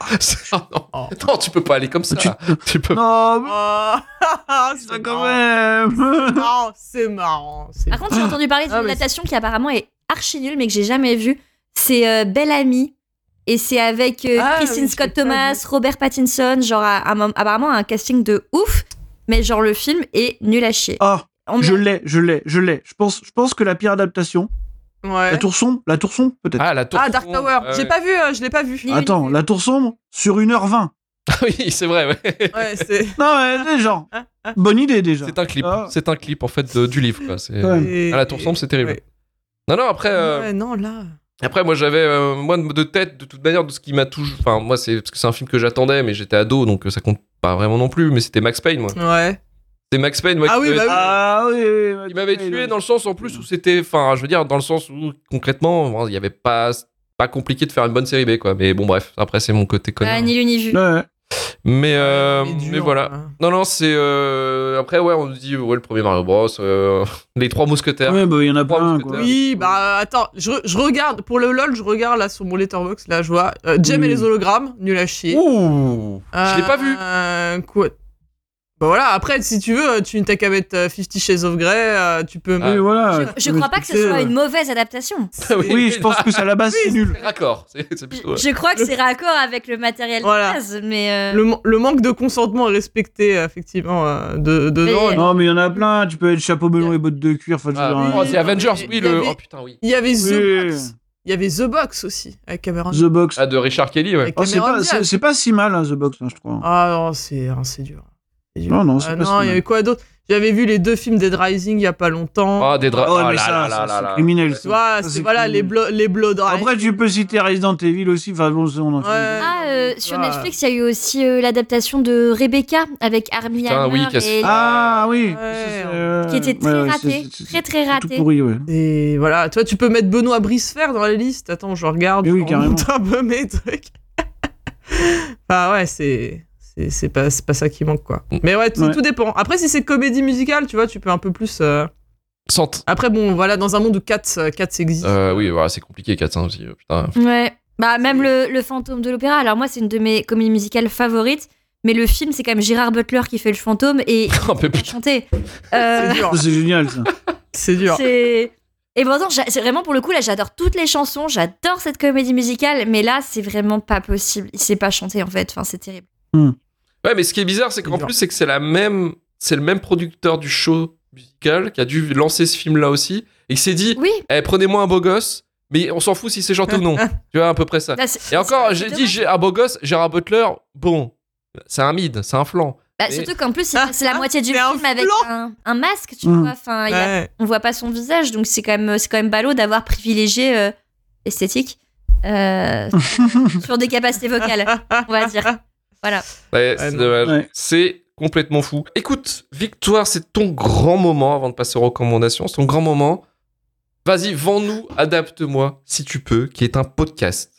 [SPEAKER 3] Oh, non.
[SPEAKER 5] Oh.
[SPEAKER 3] non, tu peux pas aller comme ça.
[SPEAKER 4] Tu-
[SPEAKER 3] [laughs] Tu peux
[SPEAKER 4] Non, mais
[SPEAKER 5] Ah,
[SPEAKER 4] ça
[SPEAKER 5] [laughs] c'est
[SPEAKER 4] quand
[SPEAKER 5] marrant. [laughs]
[SPEAKER 4] même.
[SPEAKER 5] Non, Ah, c'est marrant. c'est
[SPEAKER 6] Par contre, j'ai entendu parler d'une
[SPEAKER 5] Ah, mais
[SPEAKER 6] adaptation qui apparemment est archi nulle, mais que j'ai jamais vue. C'est euh, Belle Amie. Et c'est avec euh,
[SPEAKER 5] Ah,
[SPEAKER 6] Christine
[SPEAKER 5] oui, je l'ai
[SPEAKER 6] Scott
[SPEAKER 5] pas
[SPEAKER 6] Thomas, Robert Pattinson, genre à- à un- apparemment un casting de ouf, mais genre le film est nul à chier.
[SPEAKER 4] [laughs] Ah,
[SPEAKER 6] On
[SPEAKER 4] je l'ai, je l'ai, je l'ai. Je pense, je pense que la pire adaptation,
[SPEAKER 5] marrant. Ouais.
[SPEAKER 4] la tour sombre, la tour sombre peut-être.
[SPEAKER 3] Ah, la tour.
[SPEAKER 5] Ah, Dark
[SPEAKER 3] sombre.
[SPEAKER 5] Tower.
[SPEAKER 3] Ah,
[SPEAKER 5] J'ai
[SPEAKER 3] ouais.
[SPEAKER 5] pas vu, euh, je l'ai pas vu.
[SPEAKER 6] Ni-
[SPEAKER 4] Attends, la tour sombre sur 1h20.
[SPEAKER 3] Ah [laughs] oui, c'est vrai, ouais.
[SPEAKER 5] Ouais, c'est.
[SPEAKER 4] Non, mais c'est genre,
[SPEAKER 5] Ah, ah.
[SPEAKER 4] bonne idée déjà.
[SPEAKER 3] C'est un clip.
[SPEAKER 4] Ah.
[SPEAKER 3] C'est un clip, en fait, de- du livre. Quoi. C'est-
[SPEAKER 4] Ouais.
[SPEAKER 3] [laughs] Ah, la tour sombre, c'est terrible.
[SPEAKER 5] Ouais.
[SPEAKER 3] Non, non, après, euh,
[SPEAKER 5] Ouais, non, là.
[SPEAKER 3] après moi, j'avais, euh, moi, de tête, de toute manière, de ce qui m'a toujours. Enfin, moi, c'est parce que c'est un film que j'attendais, mais j'étais ado, donc euh, ça compte pas vraiment non plus, mais c'était Max Payne, moi.
[SPEAKER 5] Ouais.
[SPEAKER 3] C'est Max Payne, moi,
[SPEAKER 5] Ah
[SPEAKER 3] qui
[SPEAKER 5] oui,
[SPEAKER 3] m'avait-
[SPEAKER 5] bah
[SPEAKER 4] Ah oui, oui, oui,
[SPEAKER 3] Il m'avait
[SPEAKER 4] oui,
[SPEAKER 3] tué
[SPEAKER 4] oui.
[SPEAKER 3] dans le sens en plus où c'était, enfin, je veux dire, dans le sens où concrètement, bon, il n'y avait pas, pas compliqué de faire une bonne série B, quoi. Mais bon, bref, après c'est mon côté
[SPEAKER 6] Bah,
[SPEAKER 3] connard.
[SPEAKER 6] ni lu ni vu.
[SPEAKER 4] Ouais.
[SPEAKER 3] Mais, euh,
[SPEAKER 5] Il est dur,
[SPEAKER 3] mais voilà.
[SPEAKER 5] hein.
[SPEAKER 3] Non, non, c'est euh, après ouais, on nous dit ouais le premier Mario Bros, euh, [laughs] les trois mousquetaires.
[SPEAKER 4] Ouais, bah, il y en a
[SPEAKER 3] Trois
[SPEAKER 4] plein,
[SPEAKER 3] mousquetaires.
[SPEAKER 4] quoi.
[SPEAKER 5] Oui, bah euh, attends, je, re- je regarde, pour le LOL, je regarde là sur mon letterbox, là je vois euh, Jem et
[SPEAKER 4] Mm.
[SPEAKER 5] les hologrammes, nul à chier.
[SPEAKER 3] Ouh, je l'ai pas vu.
[SPEAKER 5] Euh, quoi Bah voilà, après, si tu veux, tu t'as qu'à mettre euh, Fifty Shades of Grey, euh, tu peux.
[SPEAKER 3] Ah.
[SPEAKER 4] Oui, voilà.
[SPEAKER 6] Je, je crois pas que ce soit une mauvaise adaptation.
[SPEAKER 3] [laughs]
[SPEAKER 4] Oui, je pense que ça, à la base, c'est nul.
[SPEAKER 3] c'est raccord. C'est c'est plutôt.
[SPEAKER 6] Je crois que c'est raccord avec le matériel
[SPEAKER 5] Voilà.
[SPEAKER 6] de base, mais euh,
[SPEAKER 5] Le, man- le manque de consentement est respecté, euh, effectivement, euh, de, dedans.
[SPEAKER 6] Mais-
[SPEAKER 4] Non, mais il y en a plein. Tu peux être chapeau melon et bottes de cuir. Enfin, je veux
[SPEAKER 3] Ah,
[SPEAKER 4] dire, hein.
[SPEAKER 3] oh,
[SPEAKER 5] oui.
[SPEAKER 3] c'est Avengers,
[SPEAKER 5] Il y
[SPEAKER 3] oui le.
[SPEAKER 5] avait-
[SPEAKER 3] Oh putain, oui.
[SPEAKER 5] Il y avait The
[SPEAKER 4] Oui.
[SPEAKER 5] Box. Il y avait The Box aussi, avec Cameron.
[SPEAKER 4] The Box.
[SPEAKER 3] Ah de Richard Kelly, ouais.
[SPEAKER 5] avec
[SPEAKER 4] Oh, c'est
[SPEAKER 5] Cameron
[SPEAKER 4] pas,
[SPEAKER 5] Diaz.
[SPEAKER 4] c'est- c'est pas si mal, hein, The Box, hein, je crois.
[SPEAKER 3] Oh
[SPEAKER 5] Ah non, c'est ah, c'est dur. C'est dur.
[SPEAKER 4] Non, non, c'est
[SPEAKER 5] Ah
[SPEAKER 4] pas si
[SPEAKER 5] non, il y
[SPEAKER 4] mal.
[SPEAKER 5] avait quoi d'autre J'avais vu les deux films Dead Rising il y a pas longtemps.
[SPEAKER 3] Ah des draps.
[SPEAKER 4] Oh,
[SPEAKER 3] Oh,
[SPEAKER 4] mais
[SPEAKER 3] là
[SPEAKER 4] ça,
[SPEAKER 3] là
[SPEAKER 4] ça,
[SPEAKER 3] là là
[SPEAKER 4] c'est
[SPEAKER 3] là.
[SPEAKER 4] criminel.
[SPEAKER 5] tu
[SPEAKER 4] ça.
[SPEAKER 5] vois,
[SPEAKER 4] Ça,
[SPEAKER 5] c'est
[SPEAKER 4] Ah, c'est
[SPEAKER 5] voilà
[SPEAKER 4] cool.
[SPEAKER 5] les blo les blood
[SPEAKER 4] Après, tu peux citer Resident Evil aussi. Enfin, bon, ça, on en
[SPEAKER 5] Ouais.
[SPEAKER 6] ah, euh, sur
[SPEAKER 5] Ouais.
[SPEAKER 6] Netflix, il y a eu aussi euh, l'adaptation de Rebecca avec Armie
[SPEAKER 3] Putain, oui,
[SPEAKER 6] Hammer
[SPEAKER 3] qu'est-ce-
[SPEAKER 6] et
[SPEAKER 4] Ah oui.
[SPEAKER 5] Ouais.
[SPEAKER 4] Ça, c'est, euh,
[SPEAKER 6] qui était très
[SPEAKER 4] ouais, ouais,
[SPEAKER 6] raté,
[SPEAKER 4] c'est- c'est-
[SPEAKER 6] très très
[SPEAKER 4] c'est Tout
[SPEAKER 6] raté.
[SPEAKER 4] pourri, ouais.
[SPEAKER 5] Et voilà, toi, tu peux mettre Benoît Bricefer dans la liste. Attends, je regarde.
[SPEAKER 4] Mais oui,
[SPEAKER 5] je
[SPEAKER 4] carrément.
[SPEAKER 5] remonte un peu mes trucs. [laughs] ah ouais, c'est. c'est- C'est pas, c'est pas ça qui manque, quoi.
[SPEAKER 3] Mm.
[SPEAKER 5] Mais ouais, tout,
[SPEAKER 4] Ouais.
[SPEAKER 5] tout dépend. Après, si c'est comédie musicale, tu vois, tu peux un peu plus. euh,
[SPEAKER 3] Sente.
[SPEAKER 5] Après, bon, voilà, dans un monde où 4 existe.
[SPEAKER 3] Euh, oui, voilà, c'est compliqué 400 aussi. euh, Putain. [laughs]
[SPEAKER 6] Ouais. Bah, même le, le fantôme de l'opéra. Alors, moi, c'est une de mes comédies musicales favorites. Mais le film, c'est quand même Gérard Butler qui fait le fantôme et
[SPEAKER 3] Un peu
[SPEAKER 6] il
[SPEAKER 3] plus.
[SPEAKER 6] a chanté. Euh,
[SPEAKER 4] [laughs]
[SPEAKER 5] C'est dur.
[SPEAKER 4] C'est génial
[SPEAKER 3] [laughs]
[SPEAKER 4] ça.
[SPEAKER 5] C'est dur.
[SPEAKER 6] c'est. Et pourtant, j'a- c'est vraiment pour le coup, là, j'adore toutes les chansons, j'adore cette comédie musicale, mais là, c'est vraiment pas possible. Il sait pas chanter, en fait. Enfin, c'est terrible.
[SPEAKER 3] Ouais, mais ce qui est bizarre, c'est qu'en
[SPEAKER 5] Genre.
[SPEAKER 3] plus, c'est que c'est la même, c'est le même producteur du show musical qui a dû lancer ce film-là aussi et qui s'est dit,
[SPEAKER 6] Oui,
[SPEAKER 3] eh, prenez-moi un beau gosse, mais on s'en fout si c'est chanté ou non. Tu vois, à peu près ça.
[SPEAKER 6] là, c'est-
[SPEAKER 3] Et encore,
[SPEAKER 6] c'est-
[SPEAKER 3] j'ai
[SPEAKER 6] c'est
[SPEAKER 3] dit, j'ai un beau gosse, Gérard Butler, bon, c'est un mid, c'est un flanc.
[SPEAKER 6] Bah,
[SPEAKER 3] Mais-
[SPEAKER 6] Surtout qu'en plus, il
[SPEAKER 5] Ah,
[SPEAKER 6] passe la
[SPEAKER 5] ah,
[SPEAKER 6] moitié du
[SPEAKER 5] c'est un
[SPEAKER 6] film avec
[SPEAKER 5] flanc.
[SPEAKER 6] un, un masque, tu
[SPEAKER 4] Mm.
[SPEAKER 6] vois. Enfin, il y a-
[SPEAKER 5] Ouais.
[SPEAKER 6] on voit pas son visage, donc c'est quand même, c'est quand même ballot d'avoir privilégié euh, esthétique euh, sur des capacités vocales,
[SPEAKER 5] Ah,
[SPEAKER 6] on va dire. Voilà.
[SPEAKER 3] Ouais, c'est
[SPEAKER 4] Ah
[SPEAKER 5] non.
[SPEAKER 3] dommage.
[SPEAKER 4] Ouais.
[SPEAKER 3] C'est complètement fou. Écoute, Victoire, c'est ton grand moment avant de passer aux recommandations. C'est ton grand moment. Vas-y, vends-nous, adapte-moi si tu peux, qui est un podcast.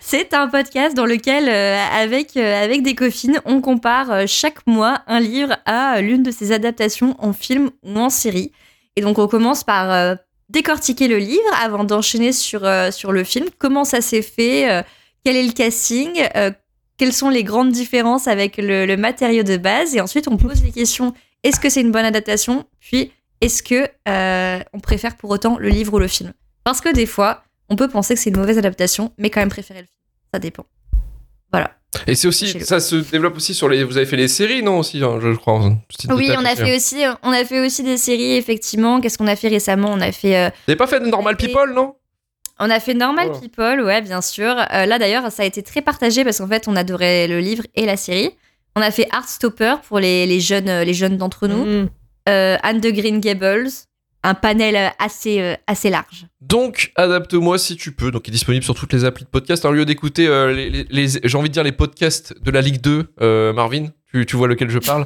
[SPEAKER 6] C'est un podcast dans lequel, euh, avec, euh, avec des copines, on compare euh, chaque mois un livre à euh, l'une de ses adaptations en film ou en série. Et donc, on commence par euh, décortiquer le livre avant d'enchaîner sur, euh, sur le film. Comment ça s'est fait euh, Quel est le casting euh, Quelles sont les grandes différences avec le, le matériau de base Et ensuite, on pose les questions est-ce que c'est une bonne adaptation Puis, est-ce que euh, on préfère pour autant le livre ou le film Parce que des fois, on peut penser que c'est une mauvaise adaptation, mais quand même préférer le film. Ça dépend.
[SPEAKER 3] Et c'est aussi,
[SPEAKER 6] Chez le-
[SPEAKER 3] ça se développe aussi sur les. Vous avez fait les séries, non aussi, hein, je je crois. hein, si tu
[SPEAKER 6] Ah Oui,
[SPEAKER 3] t'as
[SPEAKER 6] on a
[SPEAKER 3] fait.
[SPEAKER 6] fait aussi, on a fait aussi des séries effectivement. Qu'est-ce qu'on a fait récemment On a fait, euh,
[SPEAKER 3] Vous n'avez pas fait de Normal
[SPEAKER 6] Et-
[SPEAKER 3] People, non
[SPEAKER 6] on a fait Normal
[SPEAKER 5] Oh.
[SPEAKER 3] Voilà.
[SPEAKER 6] People, ouais, bien sûr. Euh, là d'ailleurs, ça a été très partagé parce qu'en fait, on adorait le livre et la série. On a fait Heartstopper pour les, les jeunes, euh, les jeunes d'entre nous.
[SPEAKER 5] Mm.
[SPEAKER 6] Euh, Anne de Green Gables, un panel euh, assez, euh, assez large.
[SPEAKER 3] Donc, adapte-moi si tu peux. Donc, il est disponible sur toutes les applis de podcast. Au lieu d'écouter, euh, les, les- les- j'ai envie de dire les podcasts de la Ligue 2, euh, Marvin, tu, tu vois lequel je
[SPEAKER 4] [laughs]
[SPEAKER 3] parle.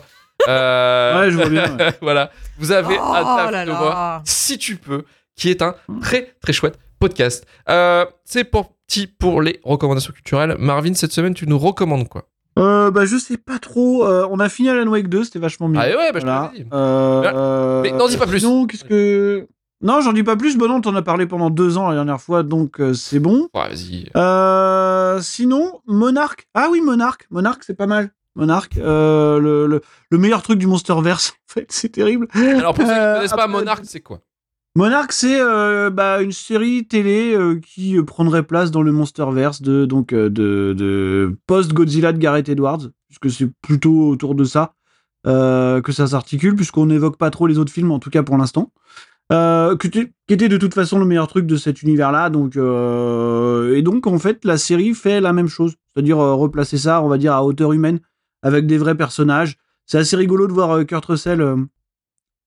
[SPEAKER 3] Euh,
[SPEAKER 4] Ouais, je vois bien. ouais.
[SPEAKER 3] [laughs] voilà. Vous
[SPEAKER 5] Oh
[SPEAKER 3] avez
[SPEAKER 5] là
[SPEAKER 3] adapte-moi
[SPEAKER 5] là.
[SPEAKER 3] si tu peux, qui est un
[SPEAKER 4] Hmm.
[SPEAKER 3] très très chouette podcast. Euh, C'est pour petit pour les recommandations culturelles. Marvin, cette semaine, tu nous recommandes quoi
[SPEAKER 4] Euh, bah, je sais pas trop. euh, on a fini Alan Wake 2, c'était vachement bien.
[SPEAKER 3] Ah ouais, bah, je te
[SPEAKER 4] Voilà.
[SPEAKER 3] l'avais dit.
[SPEAKER 4] Euh,
[SPEAKER 3] Voilà.
[SPEAKER 4] euh,
[SPEAKER 3] Mais n'en dis pas plus.
[SPEAKER 4] sinon, qu'est-ce que. Non, j'en dis pas plus. Bon, non, t'en as parlé pendant deux ans la dernière fois, donc euh, c'est bon.
[SPEAKER 3] Ouais, vas-y.
[SPEAKER 4] Euh, sinon, Monarch. Ah oui, Monarch. Monarch, c'est pas mal. Monarch, euh, le, le- le meilleur truc du Monsterverse, [laughs] en fait, c'est terrible.
[SPEAKER 3] Alors, pour ceux qui ne
[SPEAKER 4] Euh, [laughs]
[SPEAKER 3] connaissent pas
[SPEAKER 4] après- euh,
[SPEAKER 3] Monarch, c'est quoi
[SPEAKER 4] Monarch, c'est euh, bah, une série télé euh, qui euh, prendrait place dans le Monsterverse de donc euh, de, de post Godzilla de Gareth Edwards, puisque c'est plutôt autour de ça euh, que ça s'articule, puisqu'on n'évoque pas trop les autres films en tout cas pour l'instant, Euh, que tu- qui était de toute façon le meilleur truc de cet univers-là. Donc euh, et donc en fait la série fait la même chose, c'est-à-dire euh, replacer ça, on va dire à hauteur humaine, avec des vrais personnages. C'est assez rigolo de voir euh, Kurt Russell. euh,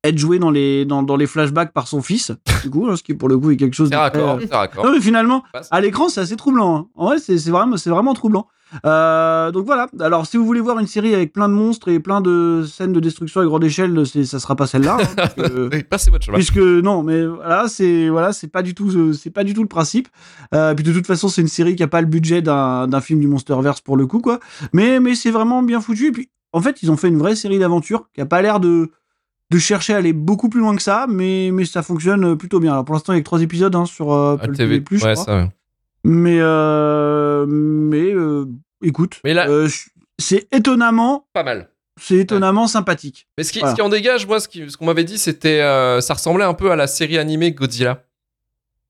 [SPEAKER 4] être joué dans les, dans, dans les flashbacks par son fils, du coup, hein, ce qui pour le coup est quelque chose
[SPEAKER 3] C'est
[SPEAKER 4] de très,
[SPEAKER 3] raccord,
[SPEAKER 4] euh,
[SPEAKER 3] c'est raccord.
[SPEAKER 4] [laughs] Non mais finalement,
[SPEAKER 3] Passe.
[SPEAKER 4] à l'écran c'est assez troublant. hein. En vrai c'est c'est vraiment, c'est vraiment troublant. Euh, donc voilà, alors si vous voulez voir une série avec plein de monstres et plein de scènes de destruction à grande échelle, c'est- ça sera pas celle-là. hein,
[SPEAKER 3] [laughs]
[SPEAKER 4] parce que-
[SPEAKER 3] Oui, Passez votre chemin.
[SPEAKER 4] puisque non mais voilà c'est voilà c'est pas du tout euh, c'est pas du tout le principe Euh, puis de toute façon c'est une série qui a pas le budget d'un d'un film du MonsterVerse pour le coup quoi mais mais c'est vraiment bien foutu et puis en fait ils ont fait une vraie série d'aventures qui a pas l'air de de chercher à aller beaucoup plus loin que ça mais mais ça fonctionne euh, plutôt bien alors pour l'instant il y a que trois épisodes hein, sur euh, Apple TV+, je
[SPEAKER 3] ouais,
[SPEAKER 4] crois.
[SPEAKER 3] ça, ouais.
[SPEAKER 4] mais euh, mais euh, écoute
[SPEAKER 3] Mais là-
[SPEAKER 4] euh, je- c'est étonnamment
[SPEAKER 3] Pas mal.
[SPEAKER 4] c'est étonnamment sympathique
[SPEAKER 3] Mais ce qui,
[SPEAKER 4] Voilà.
[SPEAKER 3] ce qui en dégage, moi, ce qu'on ce qu'on m'avait dit, c'était. euh, ça ressemblait un peu à la série animée Godzilla.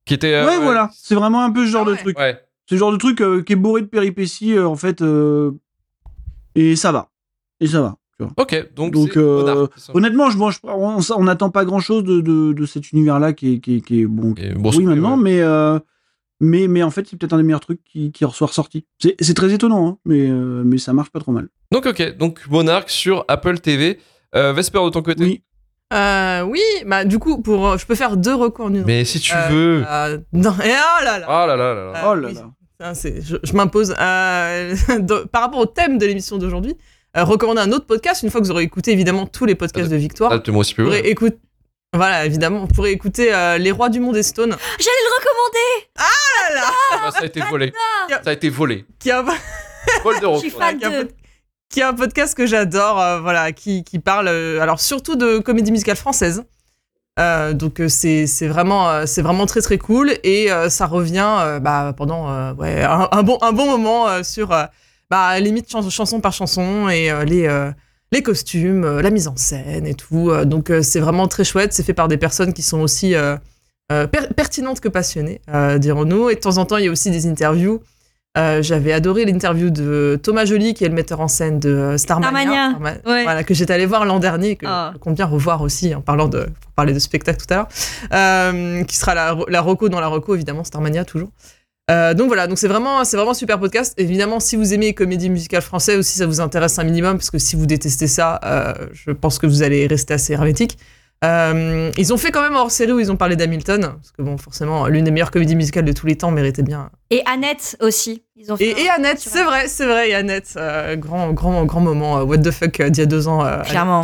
[SPEAKER 3] Qui était. euh,
[SPEAKER 4] ouais voilà c'est vraiment un peu ce genre
[SPEAKER 5] Ah
[SPEAKER 4] de
[SPEAKER 5] ouais.
[SPEAKER 4] truc
[SPEAKER 3] Ouais.
[SPEAKER 4] C'est le genre de truc euh, qui est bourré de péripéties, euh, en fait. euh, et ça va. Et ça va. tu vois.
[SPEAKER 3] Ok, donc.
[SPEAKER 4] Donc,
[SPEAKER 3] c'est
[SPEAKER 4] euh,
[SPEAKER 3] Monarch, c'est ça.
[SPEAKER 4] Honnêtement, je, bon, je- on on n'attend pas grand-chose de, de- de cet univers-là qui est, qui est- qui est, bon.
[SPEAKER 3] Et bon,
[SPEAKER 4] oui,
[SPEAKER 3] c'est-
[SPEAKER 4] maintenant,
[SPEAKER 3] ouais.
[SPEAKER 4] mais, euh, mais, mais en fait, c'est peut-être un des meilleurs trucs qui, qui en soit ressorti. C'est c'est très étonnant, hein, mais, euh, mais ça marche pas trop mal.
[SPEAKER 3] Donc, ok, donc Monarch sur Apple TV. Euh, Vesper, de ton côté.
[SPEAKER 4] Oui.
[SPEAKER 5] Euh, oui, bah du coup, pour, euh, je peux faire deux recours en une.
[SPEAKER 3] Mais si tu
[SPEAKER 5] Euh,
[SPEAKER 3] veux.
[SPEAKER 5] euh, non, et oh là là.
[SPEAKER 3] Ah là là là là.
[SPEAKER 5] Ah,
[SPEAKER 4] oh là
[SPEAKER 5] oui.
[SPEAKER 4] là.
[SPEAKER 5] Putain, c'est- je je m'impose. euh, [laughs] de- par rapport au thème de l'émission d'aujourd'hui, euh, recommander un autre podcast, une fois que vous aurez écouté évidemment tous les podcasts de Victoire.
[SPEAKER 3] Adapte-moi si Ah, tu
[SPEAKER 5] Vous
[SPEAKER 3] veux.
[SPEAKER 5] pourrez écouter. Voilà, évidemment, vous pourrez écouter euh, Les Rois du Monde et Stone.
[SPEAKER 6] J'allais le recommander.
[SPEAKER 3] Ah, ça a été volé.
[SPEAKER 5] Bâtard
[SPEAKER 3] Ça a été volé.
[SPEAKER 5] Qui a,
[SPEAKER 3] Vol de
[SPEAKER 6] Je suis
[SPEAKER 3] recours.
[SPEAKER 6] fan
[SPEAKER 5] Ouais, qu'un
[SPEAKER 6] de.
[SPEAKER 5] [laughs] qui est un podcast que j'adore, euh, voilà, qui, qui parle euh, alors surtout de comédie musicale française. Euh, donc euh, c'est c'est vraiment euh, c'est vraiment très très cool et euh, ça revient euh, bah, pendant euh, ouais, un, un bon un bon moment euh, sur euh, bah, limite chans- chanson par chanson et euh, les euh, les costumes, euh, la mise en scène et tout. Euh, donc euh, c'est vraiment très chouette. C'est fait par des personnes qui sont aussi euh, euh, per- pertinentes que passionnées, euh, dirons-nous. Et de temps en temps, il y a aussi des interviews. Euh, J'avais adoré l'interview de Thomas Joly, qui est le metteur en scène de euh, Starmania,
[SPEAKER 6] Starmania.
[SPEAKER 5] Starma-
[SPEAKER 6] Ouais.
[SPEAKER 5] voilà, que j'étais allée voir l'an dernier, que
[SPEAKER 6] Ah.
[SPEAKER 5] qu'on vient revoir aussi en parlant de pour parler de spectacle tout à l'heure, euh, qui sera la, la reco dans la reco évidemment Starmania toujours. Euh, donc voilà, donc c'est vraiment c'est vraiment un super podcast. Évidemment, si vous aimez les comédies musicales françaises aussi, ça vous intéresse un minimum parce que si vous détestez ça, euh, je pense que vous allez rester assez hermétique. Euh, ils ont fait quand même hors série où ils ont parlé d'Hamilton parce que bon, forcément, l'une des meilleures comédies musicales de tous les temps méritait bien
[SPEAKER 6] Et Annette aussi. Ils ont fait
[SPEAKER 5] et, et
[SPEAKER 6] un-
[SPEAKER 5] Annette,
[SPEAKER 6] sur
[SPEAKER 5] c'est vrai, c'est vrai, et Annette, euh, grand, grand, grand moment, euh, what the fuck, euh, d'il y a deux ans. euh,
[SPEAKER 6] Clairement.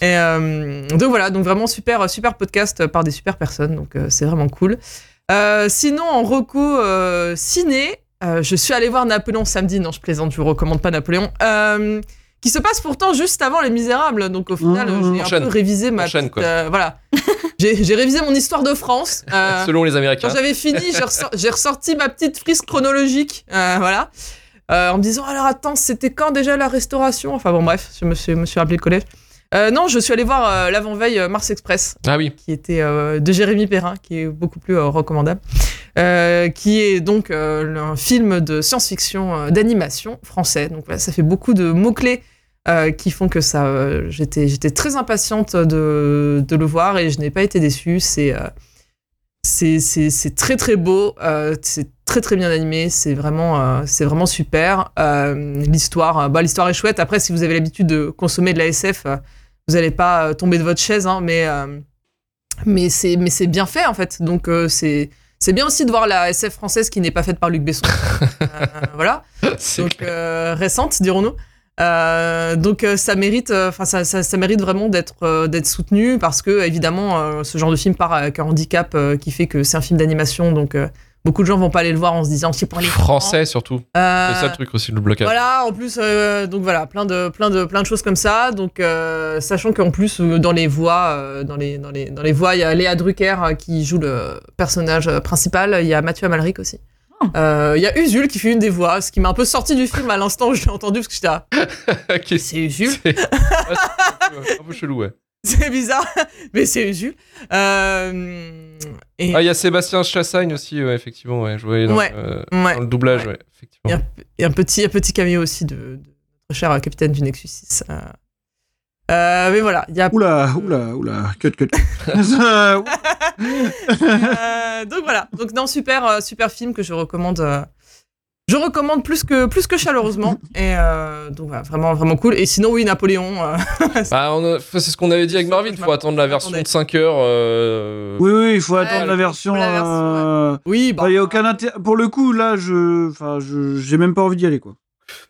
[SPEAKER 5] et, euh, donc voilà, donc vraiment super, super podcast euh, par des super personnes, donc euh, c'est vraiment cool. Euh, sinon, en reco euh, ciné, euh, je suis allée voir Napoléon samedi. Non, je plaisante, je vous recommande pas Napoléon. Euh, qui se passe pourtant juste avant Les Misérables, donc au final,
[SPEAKER 4] Mmh,
[SPEAKER 5] j'ai un
[SPEAKER 3] enchaîne.
[SPEAKER 5] peu révisé ma
[SPEAKER 3] Enchaîne,
[SPEAKER 5] petite,
[SPEAKER 3] quoi.
[SPEAKER 5] euh,
[SPEAKER 3] [laughs]
[SPEAKER 5] voilà, j'ai j'ai révisé mon histoire de France. euh,
[SPEAKER 3] Selon les
[SPEAKER 5] quand
[SPEAKER 3] Américains.
[SPEAKER 5] j'avais fini, j'ai ressor- j'ai ressorti ma petite frise chronologique, euh, voilà, Euh, en me disant alors attends, c'était quand déjà la restauration Enfin bon, bref, je me suis, me suis rappelé le collège. Euh, non, je suis allé voir euh, l'avant-veille euh, Mars Express,
[SPEAKER 3] Ah oui.
[SPEAKER 5] qui était euh, de Jérémy Perrin, qui est beaucoup plus euh, recommandable, euh, qui est donc euh, le- un film de science-fiction euh, d'animation français. Donc voilà, ça fait beaucoup de mots-clés euh, qui font que ça. euh, J'étais j'étais très impatiente de, de le voir et je n'ai pas été déçue. C'est. euh, c'est- c'est c'est très très beau, euh, c'est très très bien animé, c'est vraiment, euh, c'est vraiment super. Euh, l'histoire euh, bah, l'histoire est chouette. Après, si vous avez l'habitude de consommer de la SF, euh, vous n'allez pas euh, tomber de votre chaise, hein, mais, euh, mais c'est mais c'est bien fait en fait. Donc euh, c'est c'est bien aussi de voir la SF française qui n'est pas faite par
[SPEAKER 3] [laughs]
[SPEAKER 5] Luc Besson. Euh, voilà
[SPEAKER 3] C'est
[SPEAKER 5] donc
[SPEAKER 3] clair.
[SPEAKER 5] euh, récente, dirons-nous. Euh, donc euh, ça mérite, enfin ça, ça, ça mérite vraiment d'être euh, d'être soutenu parce que évidemment euh, ce genre de film part avec un handicap euh, qui fait que c'est un film d'animation donc euh, beaucoup de gens vont pas aller le voir en se disant c'est pour les
[SPEAKER 3] Français surtout.
[SPEAKER 5] enfants. Euh,
[SPEAKER 3] C'est ça le truc aussi, le blocage.
[SPEAKER 5] voilà, en plus, euh, donc voilà, plein de, plein de, plein de choses comme ça. Donc, euh, sachant qu'en plus, euh, dans les voix, euh, dans les, dans les, dans les voix, il y a Léa Drucker euh, qui joue le personnage euh, principal. Il y a Mathieu Amalric aussi.
[SPEAKER 6] Oh.
[SPEAKER 5] Euh, Il y a Usul qui fait une des voix, ce qui m'a un peu sorti du film à l'instant où je l'ai entendu parce que j'étais là,
[SPEAKER 3] [laughs] Ok. Ah,
[SPEAKER 5] c'est Usul, [laughs]
[SPEAKER 3] un peu chelou, ouais.
[SPEAKER 5] c'est bizarre, [laughs] mais c'est Usul. Euh, et
[SPEAKER 3] Ah, il y a Sébastien Chassagne aussi, ouais, effectivement, ouais, joué dans,
[SPEAKER 5] Ouais.
[SPEAKER 3] euh,
[SPEAKER 5] ouais.
[SPEAKER 3] dans le doublage, ouais, effectivement.
[SPEAKER 5] Yep. et un petit, un petit cameo aussi de, de notre cher euh, capitaine du Nexus 6. euh. Euh, mais voilà, il y a
[SPEAKER 4] Oula, oula, oula, cut,
[SPEAKER 3] [laughs]
[SPEAKER 4] cut. Ça,
[SPEAKER 5] Euh, donc voilà. Donc non, super, euh, super film que je recommande. euh, je recommande plus que plus que chaleureusement. Et euh, donc voilà, vraiment, vraiment cool. Et sinon, oui, Napoléon. euh, [laughs]
[SPEAKER 3] Bah, on a- c'est ce qu'on avait dit avec Marvin, faut attendre la version de 5 heures. euh,
[SPEAKER 4] oui, oui, il faut
[SPEAKER 5] Ouais,
[SPEAKER 4] attendre la
[SPEAKER 5] faut
[SPEAKER 4] version.
[SPEAKER 5] la version,
[SPEAKER 4] euh,
[SPEAKER 5] oui,
[SPEAKER 4] bah, y a aucun intérêt. Pour le coup, là, je, enfin, je, j'ai même pas envie d'y aller, quoi.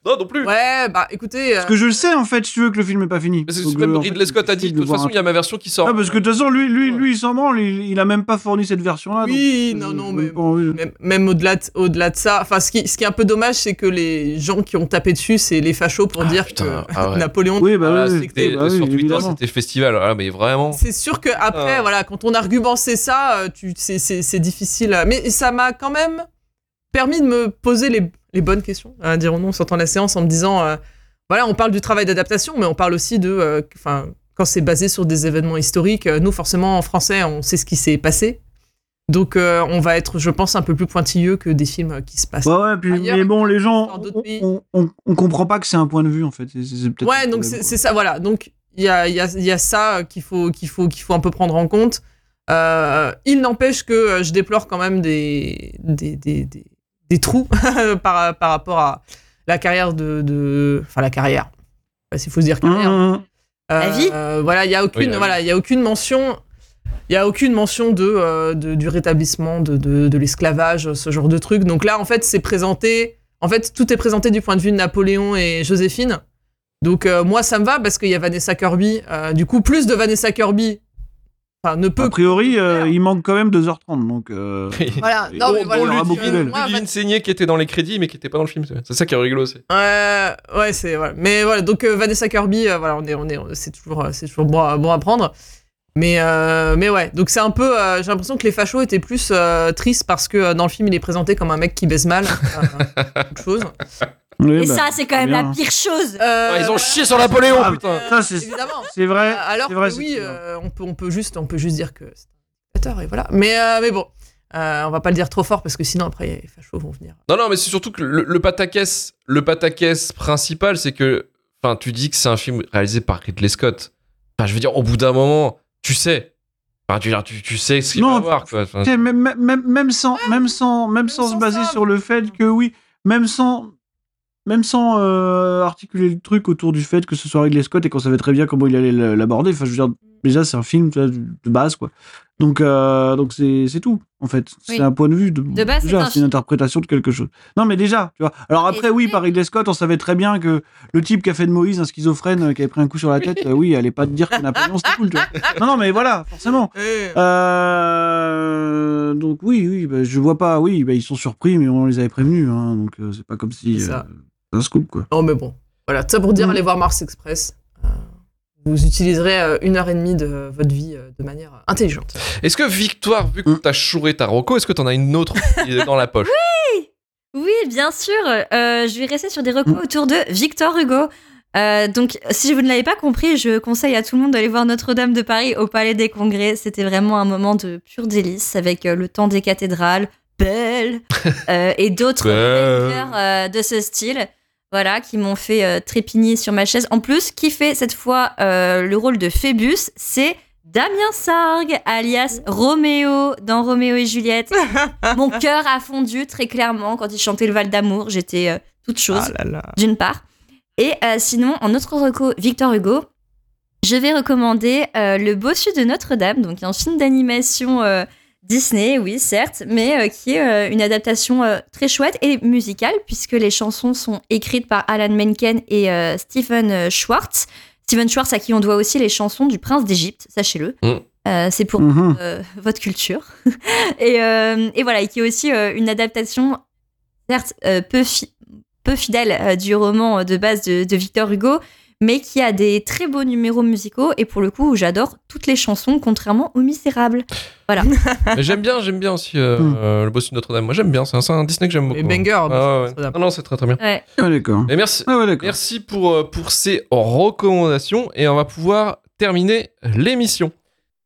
[SPEAKER 3] Non, non plus.
[SPEAKER 5] Ouais, bah écoutez.
[SPEAKER 4] Parce que je le sais, en fait, si tu veux que le film est pas fini.
[SPEAKER 3] Mais c'est-
[SPEAKER 4] Donc,
[SPEAKER 3] c'est même
[SPEAKER 4] euh, en fait,
[SPEAKER 3] Ridley Scott
[SPEAKER 4] c'est
[SPEAKER 3] a dit,
[SPEAKER 4] difficile
[SPEAKER 3] de toute
[SPEAKER 4] voir
[SPEAKER 3] façon,
[SPEAKER 4] un-
[SPEAKER 3] il y a ma version qui sort.
[SPEAKER 4] Ah, parce que de toute façon, lui, lui, lui, il s'en branle. Il, il a même pas fourni cette version-là.
[SPEAKER 5] Oui,
[SPEAKER 4] donc, euh,
[SPEAKER 5] non, non,
[SPEAKER 4] j'ai
[SPEAKER 5] mais-
[SPEAKER 4] pas envie de-
[SPEAKER 5] Même, même au-delà de, au -delà de ça, enfin, ce qui, ce qui est un peu dommage, c'est que les gens qui ont tapé dessus, c'est les fachos pour dire
[SPEAKER 3] putain,
[SPEAKER 5] que
[SPEAKER 3] ah ouais.
[SPEAKER 5] [laughs] Napoléon.
[SPEAKER 4] Oui, bah
[SPEAKER 3] Voilà,
[SPEAKER 4] oui, oui,
[SPEAKER 3] c'était-
[SPEAKER 4] bah oui,
[SPEAKER 3] sur Twitter,
[SPEAKER 4] évidemment.
[SPEAKER 3] c'était festival. Ah, mais vraiment.
[SPEAKER 4] [laughs]
[SPEAKER 5] C'est sûr que après,
[SPEAKER 3] Ah.
[SPEAKER 5] voilà, quand ton argument c'est ça, euh, tu, c'est, c'est, c'est difficile. Mais ça m'a quand même permis de me poser les, les bonnes questions, hein, dirons-nous, en sortant de la séance, en me disant, euh, voilà, on parle du travail d'adaptation, mais on parle aussi de, euh, enfin, quand c'est basé sur des événements historiques, euh, nous forcément en français, on sait ce qui s'est passé. Donc euh, on va être, je pense, un peu plus pointilleux que des films euh, qui se passent.
[SPEAKER 4] Ouais, Bah ouais, puis,
[SPEAKER 5] Ailleurs,
[SPEAKER 4] mais bon, les gens,
[SPEAKER 5] dans d'autres
[SPEAKER 4] on,
[SPEAKER 5] pays.
[SPEAKER 4] on, on- on comprend pas que c'est un point de vue, en fait. C'est- c'est- c'est peut-être
[SPEAKER 5] Ouais,
[SPEAKER 4] le
[SPEAKER 5] donc
[SPEAKER 4] problème,
[SPEAKER 5] c'est
[SPEAKER 4] quoi.
[SPEAKER 5] c'est ça, voilà. Donc il y a, il y, a, il y a ça euh, qu'il faut, qu'il faut, qu'il faut un peu prendre en compte. Euh, il n'empêche que euh, je déplore quand même des, des, des, des, des trous [laughs] par, par rapport à la carrière de. de- Enfin, la carrière. Bah, S'il faut se dire
[SPEAKER 4] Hum,
[SPEAKER 5] carrière.
[SPEAKER 4] hum, hum.
[SPEAKER 5] Euh,
[SPEAKER 6] La vie
[SPEAKER 5] euh, Voilà, il y a
[SPEAKER 3] Oui,
[SPEAKER 5] aucune,
[SPEAKER 3] la vie.
[SPEAKER 5] voilà, il y a aucune mention. Il y a aucune mention de, euh, de- du rétablissement de, de, de l'esclavage, ce genre de truc. Donc là, en fait, c'est présenté. En fait, tout est présenté du point de vue de Napoléon et Joséphine. Donc euh, moi, ça me va parce qu'il y a Vanessa Kirby. euh, du coup, plus de Vanessa Kirby. Enfin, ne
[SPEAKER 3] Ah.
[SPEAKER 5] peut.
[SPEAKER 4] A priori, euh, il manque quand même 2h30, donc. euh,
[SPEAKER 5] Voilà.
[SPEAKER 3] On-
[SPEAKER 5] Non, mais
[SPEAKER 3] on
[SPEAKER 5] voilà.
[SPEAKER 4] lui
[SPEAKER 5] Moi,
[SPEAKER 4] dit- beaucoup d'elle.
[SPEAKER 5] moi,
[SPEAKER 3] Ludivine Seigné qui était dans les crédits, mais qui était pas dans le film. c'est- C'est ça qui est rigolo, c'est.
[SPEAKER 5] Ouais, ouais, c'est voilà. Mais voilà, donc euh, Vanessa Kirby, euh, voilà, on est, on est, c'est toujours, euh, c'est toujours bon, à- bon à prendre. Mais, euh, mais ouais, donc c'est un peu. euh, J'ai l'impression que les fachos étaient plus euh, tristes parce que euh, dans le film, il est présenté comme un mec qui baise mal.
[SPEAKER 3] [laughs]
[SPEAKER 5] euh, autre chose.
[SPEAKER 4] Oui,
[SPEAKER 6] Et
[SPEAKER 4] bah,
[SPEAKER 6] ça, c'est quand même
[SPEAKER 4] bien,
[SPEAKER 6] la
[SPEAKER 4] hein.
[SPEAKER 6] pire chose.
[SPEAKER 5] Euh,
[SPEAKER 3] Ah, ils ont chié sur Napoléon,
[SPEAKER 4] Ah,
[SPEAKER 3] putain.
[SPEAKER 4] ça, c'est
[SPEAKER 5] Évidemment.
[SPEAKER 4] c'est vrai.
[SPEAKER 5] oh, Alors
[SPEAKER 4] c'est vrai,
[SPEAKER 5] que
[SPEAKER 4] c'est
[SPEAKER 5] oui,
[SPEAKER 4] vrai.
[SPEAKER 5] euh, on, peut, on, peut juste, on peut juste dire que c'est un dictateur et voilà. Mais, euh, mais bon, euh, on va pas le dire trop fort parce que sinon après les fachos vont venir.
[SPEAKER 3] Non, non, mais c'est surtout que le, le pataquès, le pataquès principal, c'est que, enfin, tu dis que c'est un film réalisé par Ridley Scott. Enfin, je veux dire, au bout d'un moment, tu sais. Enfin, tu, veux dire, tu, tu sais ce qu'il va
[SPEAKER 4] Non,
[SPEAKER 3] y avoir, quoi. Enfin,
[SPEAKER 4] Tu sais, Même, même- même, même sans, même sans, même sans se
[SPEAKER 5] sans
[SPEAKER 4] baser
[SPEAKER 5] ça.
[SPEAKER 4] sur le fait que oui, même sans, même sans euh, articuler le truc autour du fait que ce soit Ridley Scott et qu'on savait très bien comment il allait l- l'aborder. Enfin, je veux dire, déjà c'est un film tu vois, de base, quoi. Donc, euh, donc c'est c'est tout en fait. C'est
[SPEAKER 6] Oui.
[SPEAKER 4] un point de vue. De,
[SPEAKER 6] De base, c'est
[SPEAKER 4] déjà,
[SPEAKER 6] un
[SPEAKER 4] c'est une
[SPEAKER 6] film.
[SPEAKER 4] interprétation de quelque chose. Non, mais déjà, tu vois. Alors après,
[SPEAKER 6] Et-
[SPEAKER 4] oui, par Ridley Scott, on savait très bien que le type qui a fait de Moïse un schizophrène euh, qui avait pris un coup sur la tête, euh, oui, allait pas te dire que Napoléon c'était cool, tu vois. Non, non, mais voilà, forcément. Euh, donc oui, oui, bah, je vois pas. Oui, bah, ils sont surpris, mais on les avait prévenus, hein, donc euh, c'est pas comme si
[SPEAKER 5] C'est
[SPEAKER 4] euh,
[SPEAKER 5] ça.
[SPEAKER 4] c'est un scoop quoi.
[SPEAKER 5] Non mais bon, voilà, tout ça pour dire allez voir Mars Express. Euh, vous utiliserez euh, une heure et demie de euh, votre vie euh, de manière euh, intelligente.
[SPEAKER 3] Est-ce que Victoire, vu que
[SPEAKER 4] Mm.
[SPEAKER 3] t'as chouré ta Rocco, est-ce que t'en as une autre qui est dans la poche
[SPEAKER 6] Oui, bien sûr. Euh, je vais rester sur des recours autour de Victor Hugo. Euh, donc, si vous ne l'avez pas compris, je conseille à tout le monde d'aller voir Notre-Dame de Paris au Palais des Congrès. C'était vraiment un moment de pur délice avec euh, le temps des cathédrales, Belle euh, et d'autres
[SPEAKER 3] Belle.
[SPEAKER 6] bangers, euh, de ce style. Voilà, qui m'ont fait euh, trépigner sur ma chaise. En plus, qui fait cette fois euh, le rôle de Phébus, c'est Damien Sargue, alias Roméo dans Roméo et Juliette. [laughs] Mon cœur a fondu très clairement quand il chantait le Val d'Amour. J'étais euh, toute chose,
[SPEAKER 5] Ah là là.
[SPEAKER 6] d'une part. Et euh, sinon, en autre reco, Victor Hugo, je vais recommander euh, Le Bossu de Notre-Dame, donc un film d'animation euh, Disney, oui, certes, mais euh, qui est euh, une adaptation euh, très chouette et musicale, puisque les chansons sont écrites par Alan Menken et euh, Stephen euh, Schwartz. Stephen Schwartz, à qui on doit aussi les chansons du Prince d'Égypte, sachez-le.
[SPEAKER 3] Mm.
[SPEAKER 6] Euh, c'est pour
[SPEAKER 4] Mhm.
[SPEAKER 6] euh, votre culture. [laughs] et, euh, et voilà, et qui est aussi euh, une adaptation, certes, euh, peu, fi- peu fidèle euh, du roman euh, de base de, de Victor Hugo, mais qui a des très beaux numéros musicaux. Et pour le coup, j'adore toutes les chansons, contrairement aux Misérables.
[SPEAKER 3] Mais J'aime bien, j'aime bien aussi euh,
[SPEAKER 4] Mm.
[SPEAKER 3] euh, le boss de Notre-Dame. Moi, j'aime bien. C'est un, c'est un Disney que j'aime beaucoup.
[SPEAKER 5] Les bangers.
[SPEAKER 3] Ah, ouais.
[SPEAKER 5] Notre-Dame.
[SPEAKER 3] Non, non, c'est très très bien.
[SPEAKER 6] Ouais.
[SPEAKER 4] Ah, d'accord.
[SPEAKER 3] Et merci,
[SPEAKER 4] Ah ouais, d'accord.
[SPEAKER 3] merci pour, euh, pour ces recommandations et on va pouvoir terminer l'émission.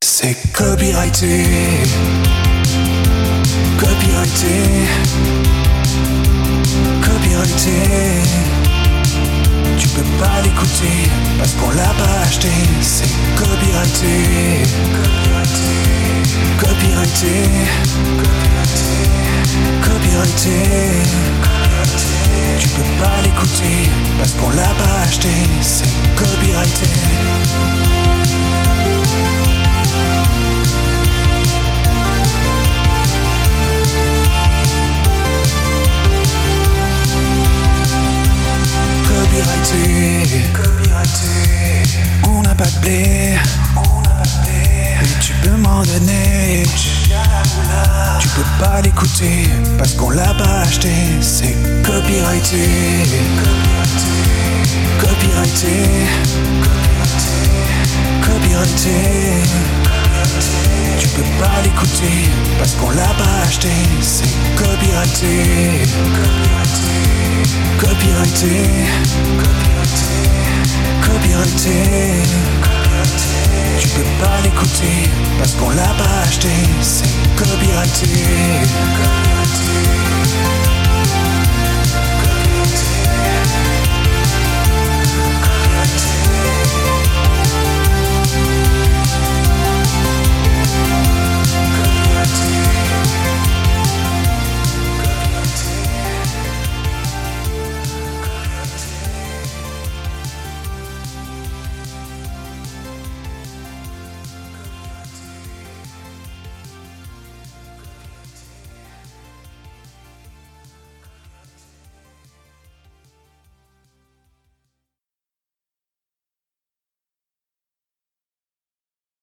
[SPEAKER 2] C'est copyrighté. Copyrighté. Copyrighté. Tu peux pas l'écouter parce qu'on l'a pas acheté. C'est copyrighté. Copyrighté. Copyrighté. Copyrighté. Copyrighté. Tu peux pas l'écouter parce qu'on l'a pas acheté. C'est copyrighté. Copyrighté, copyrighté. On n'a pas de blé, on n'a pas de blé. Et tu peux m'en donner, tu peux pas l'écouter parce qu'on l'a pas acheté. C'est copyrighté, copyrighté, copyrighté, copyrighté. Tu peux pas l'écouter parce qu'on l'a pas acheté. C'est copyrighté, copyrighté. Copyrighté, copyrighté, copyrighté, copyrighté. Tu peux pas l'écouter parce qu'on l'a pas acheté.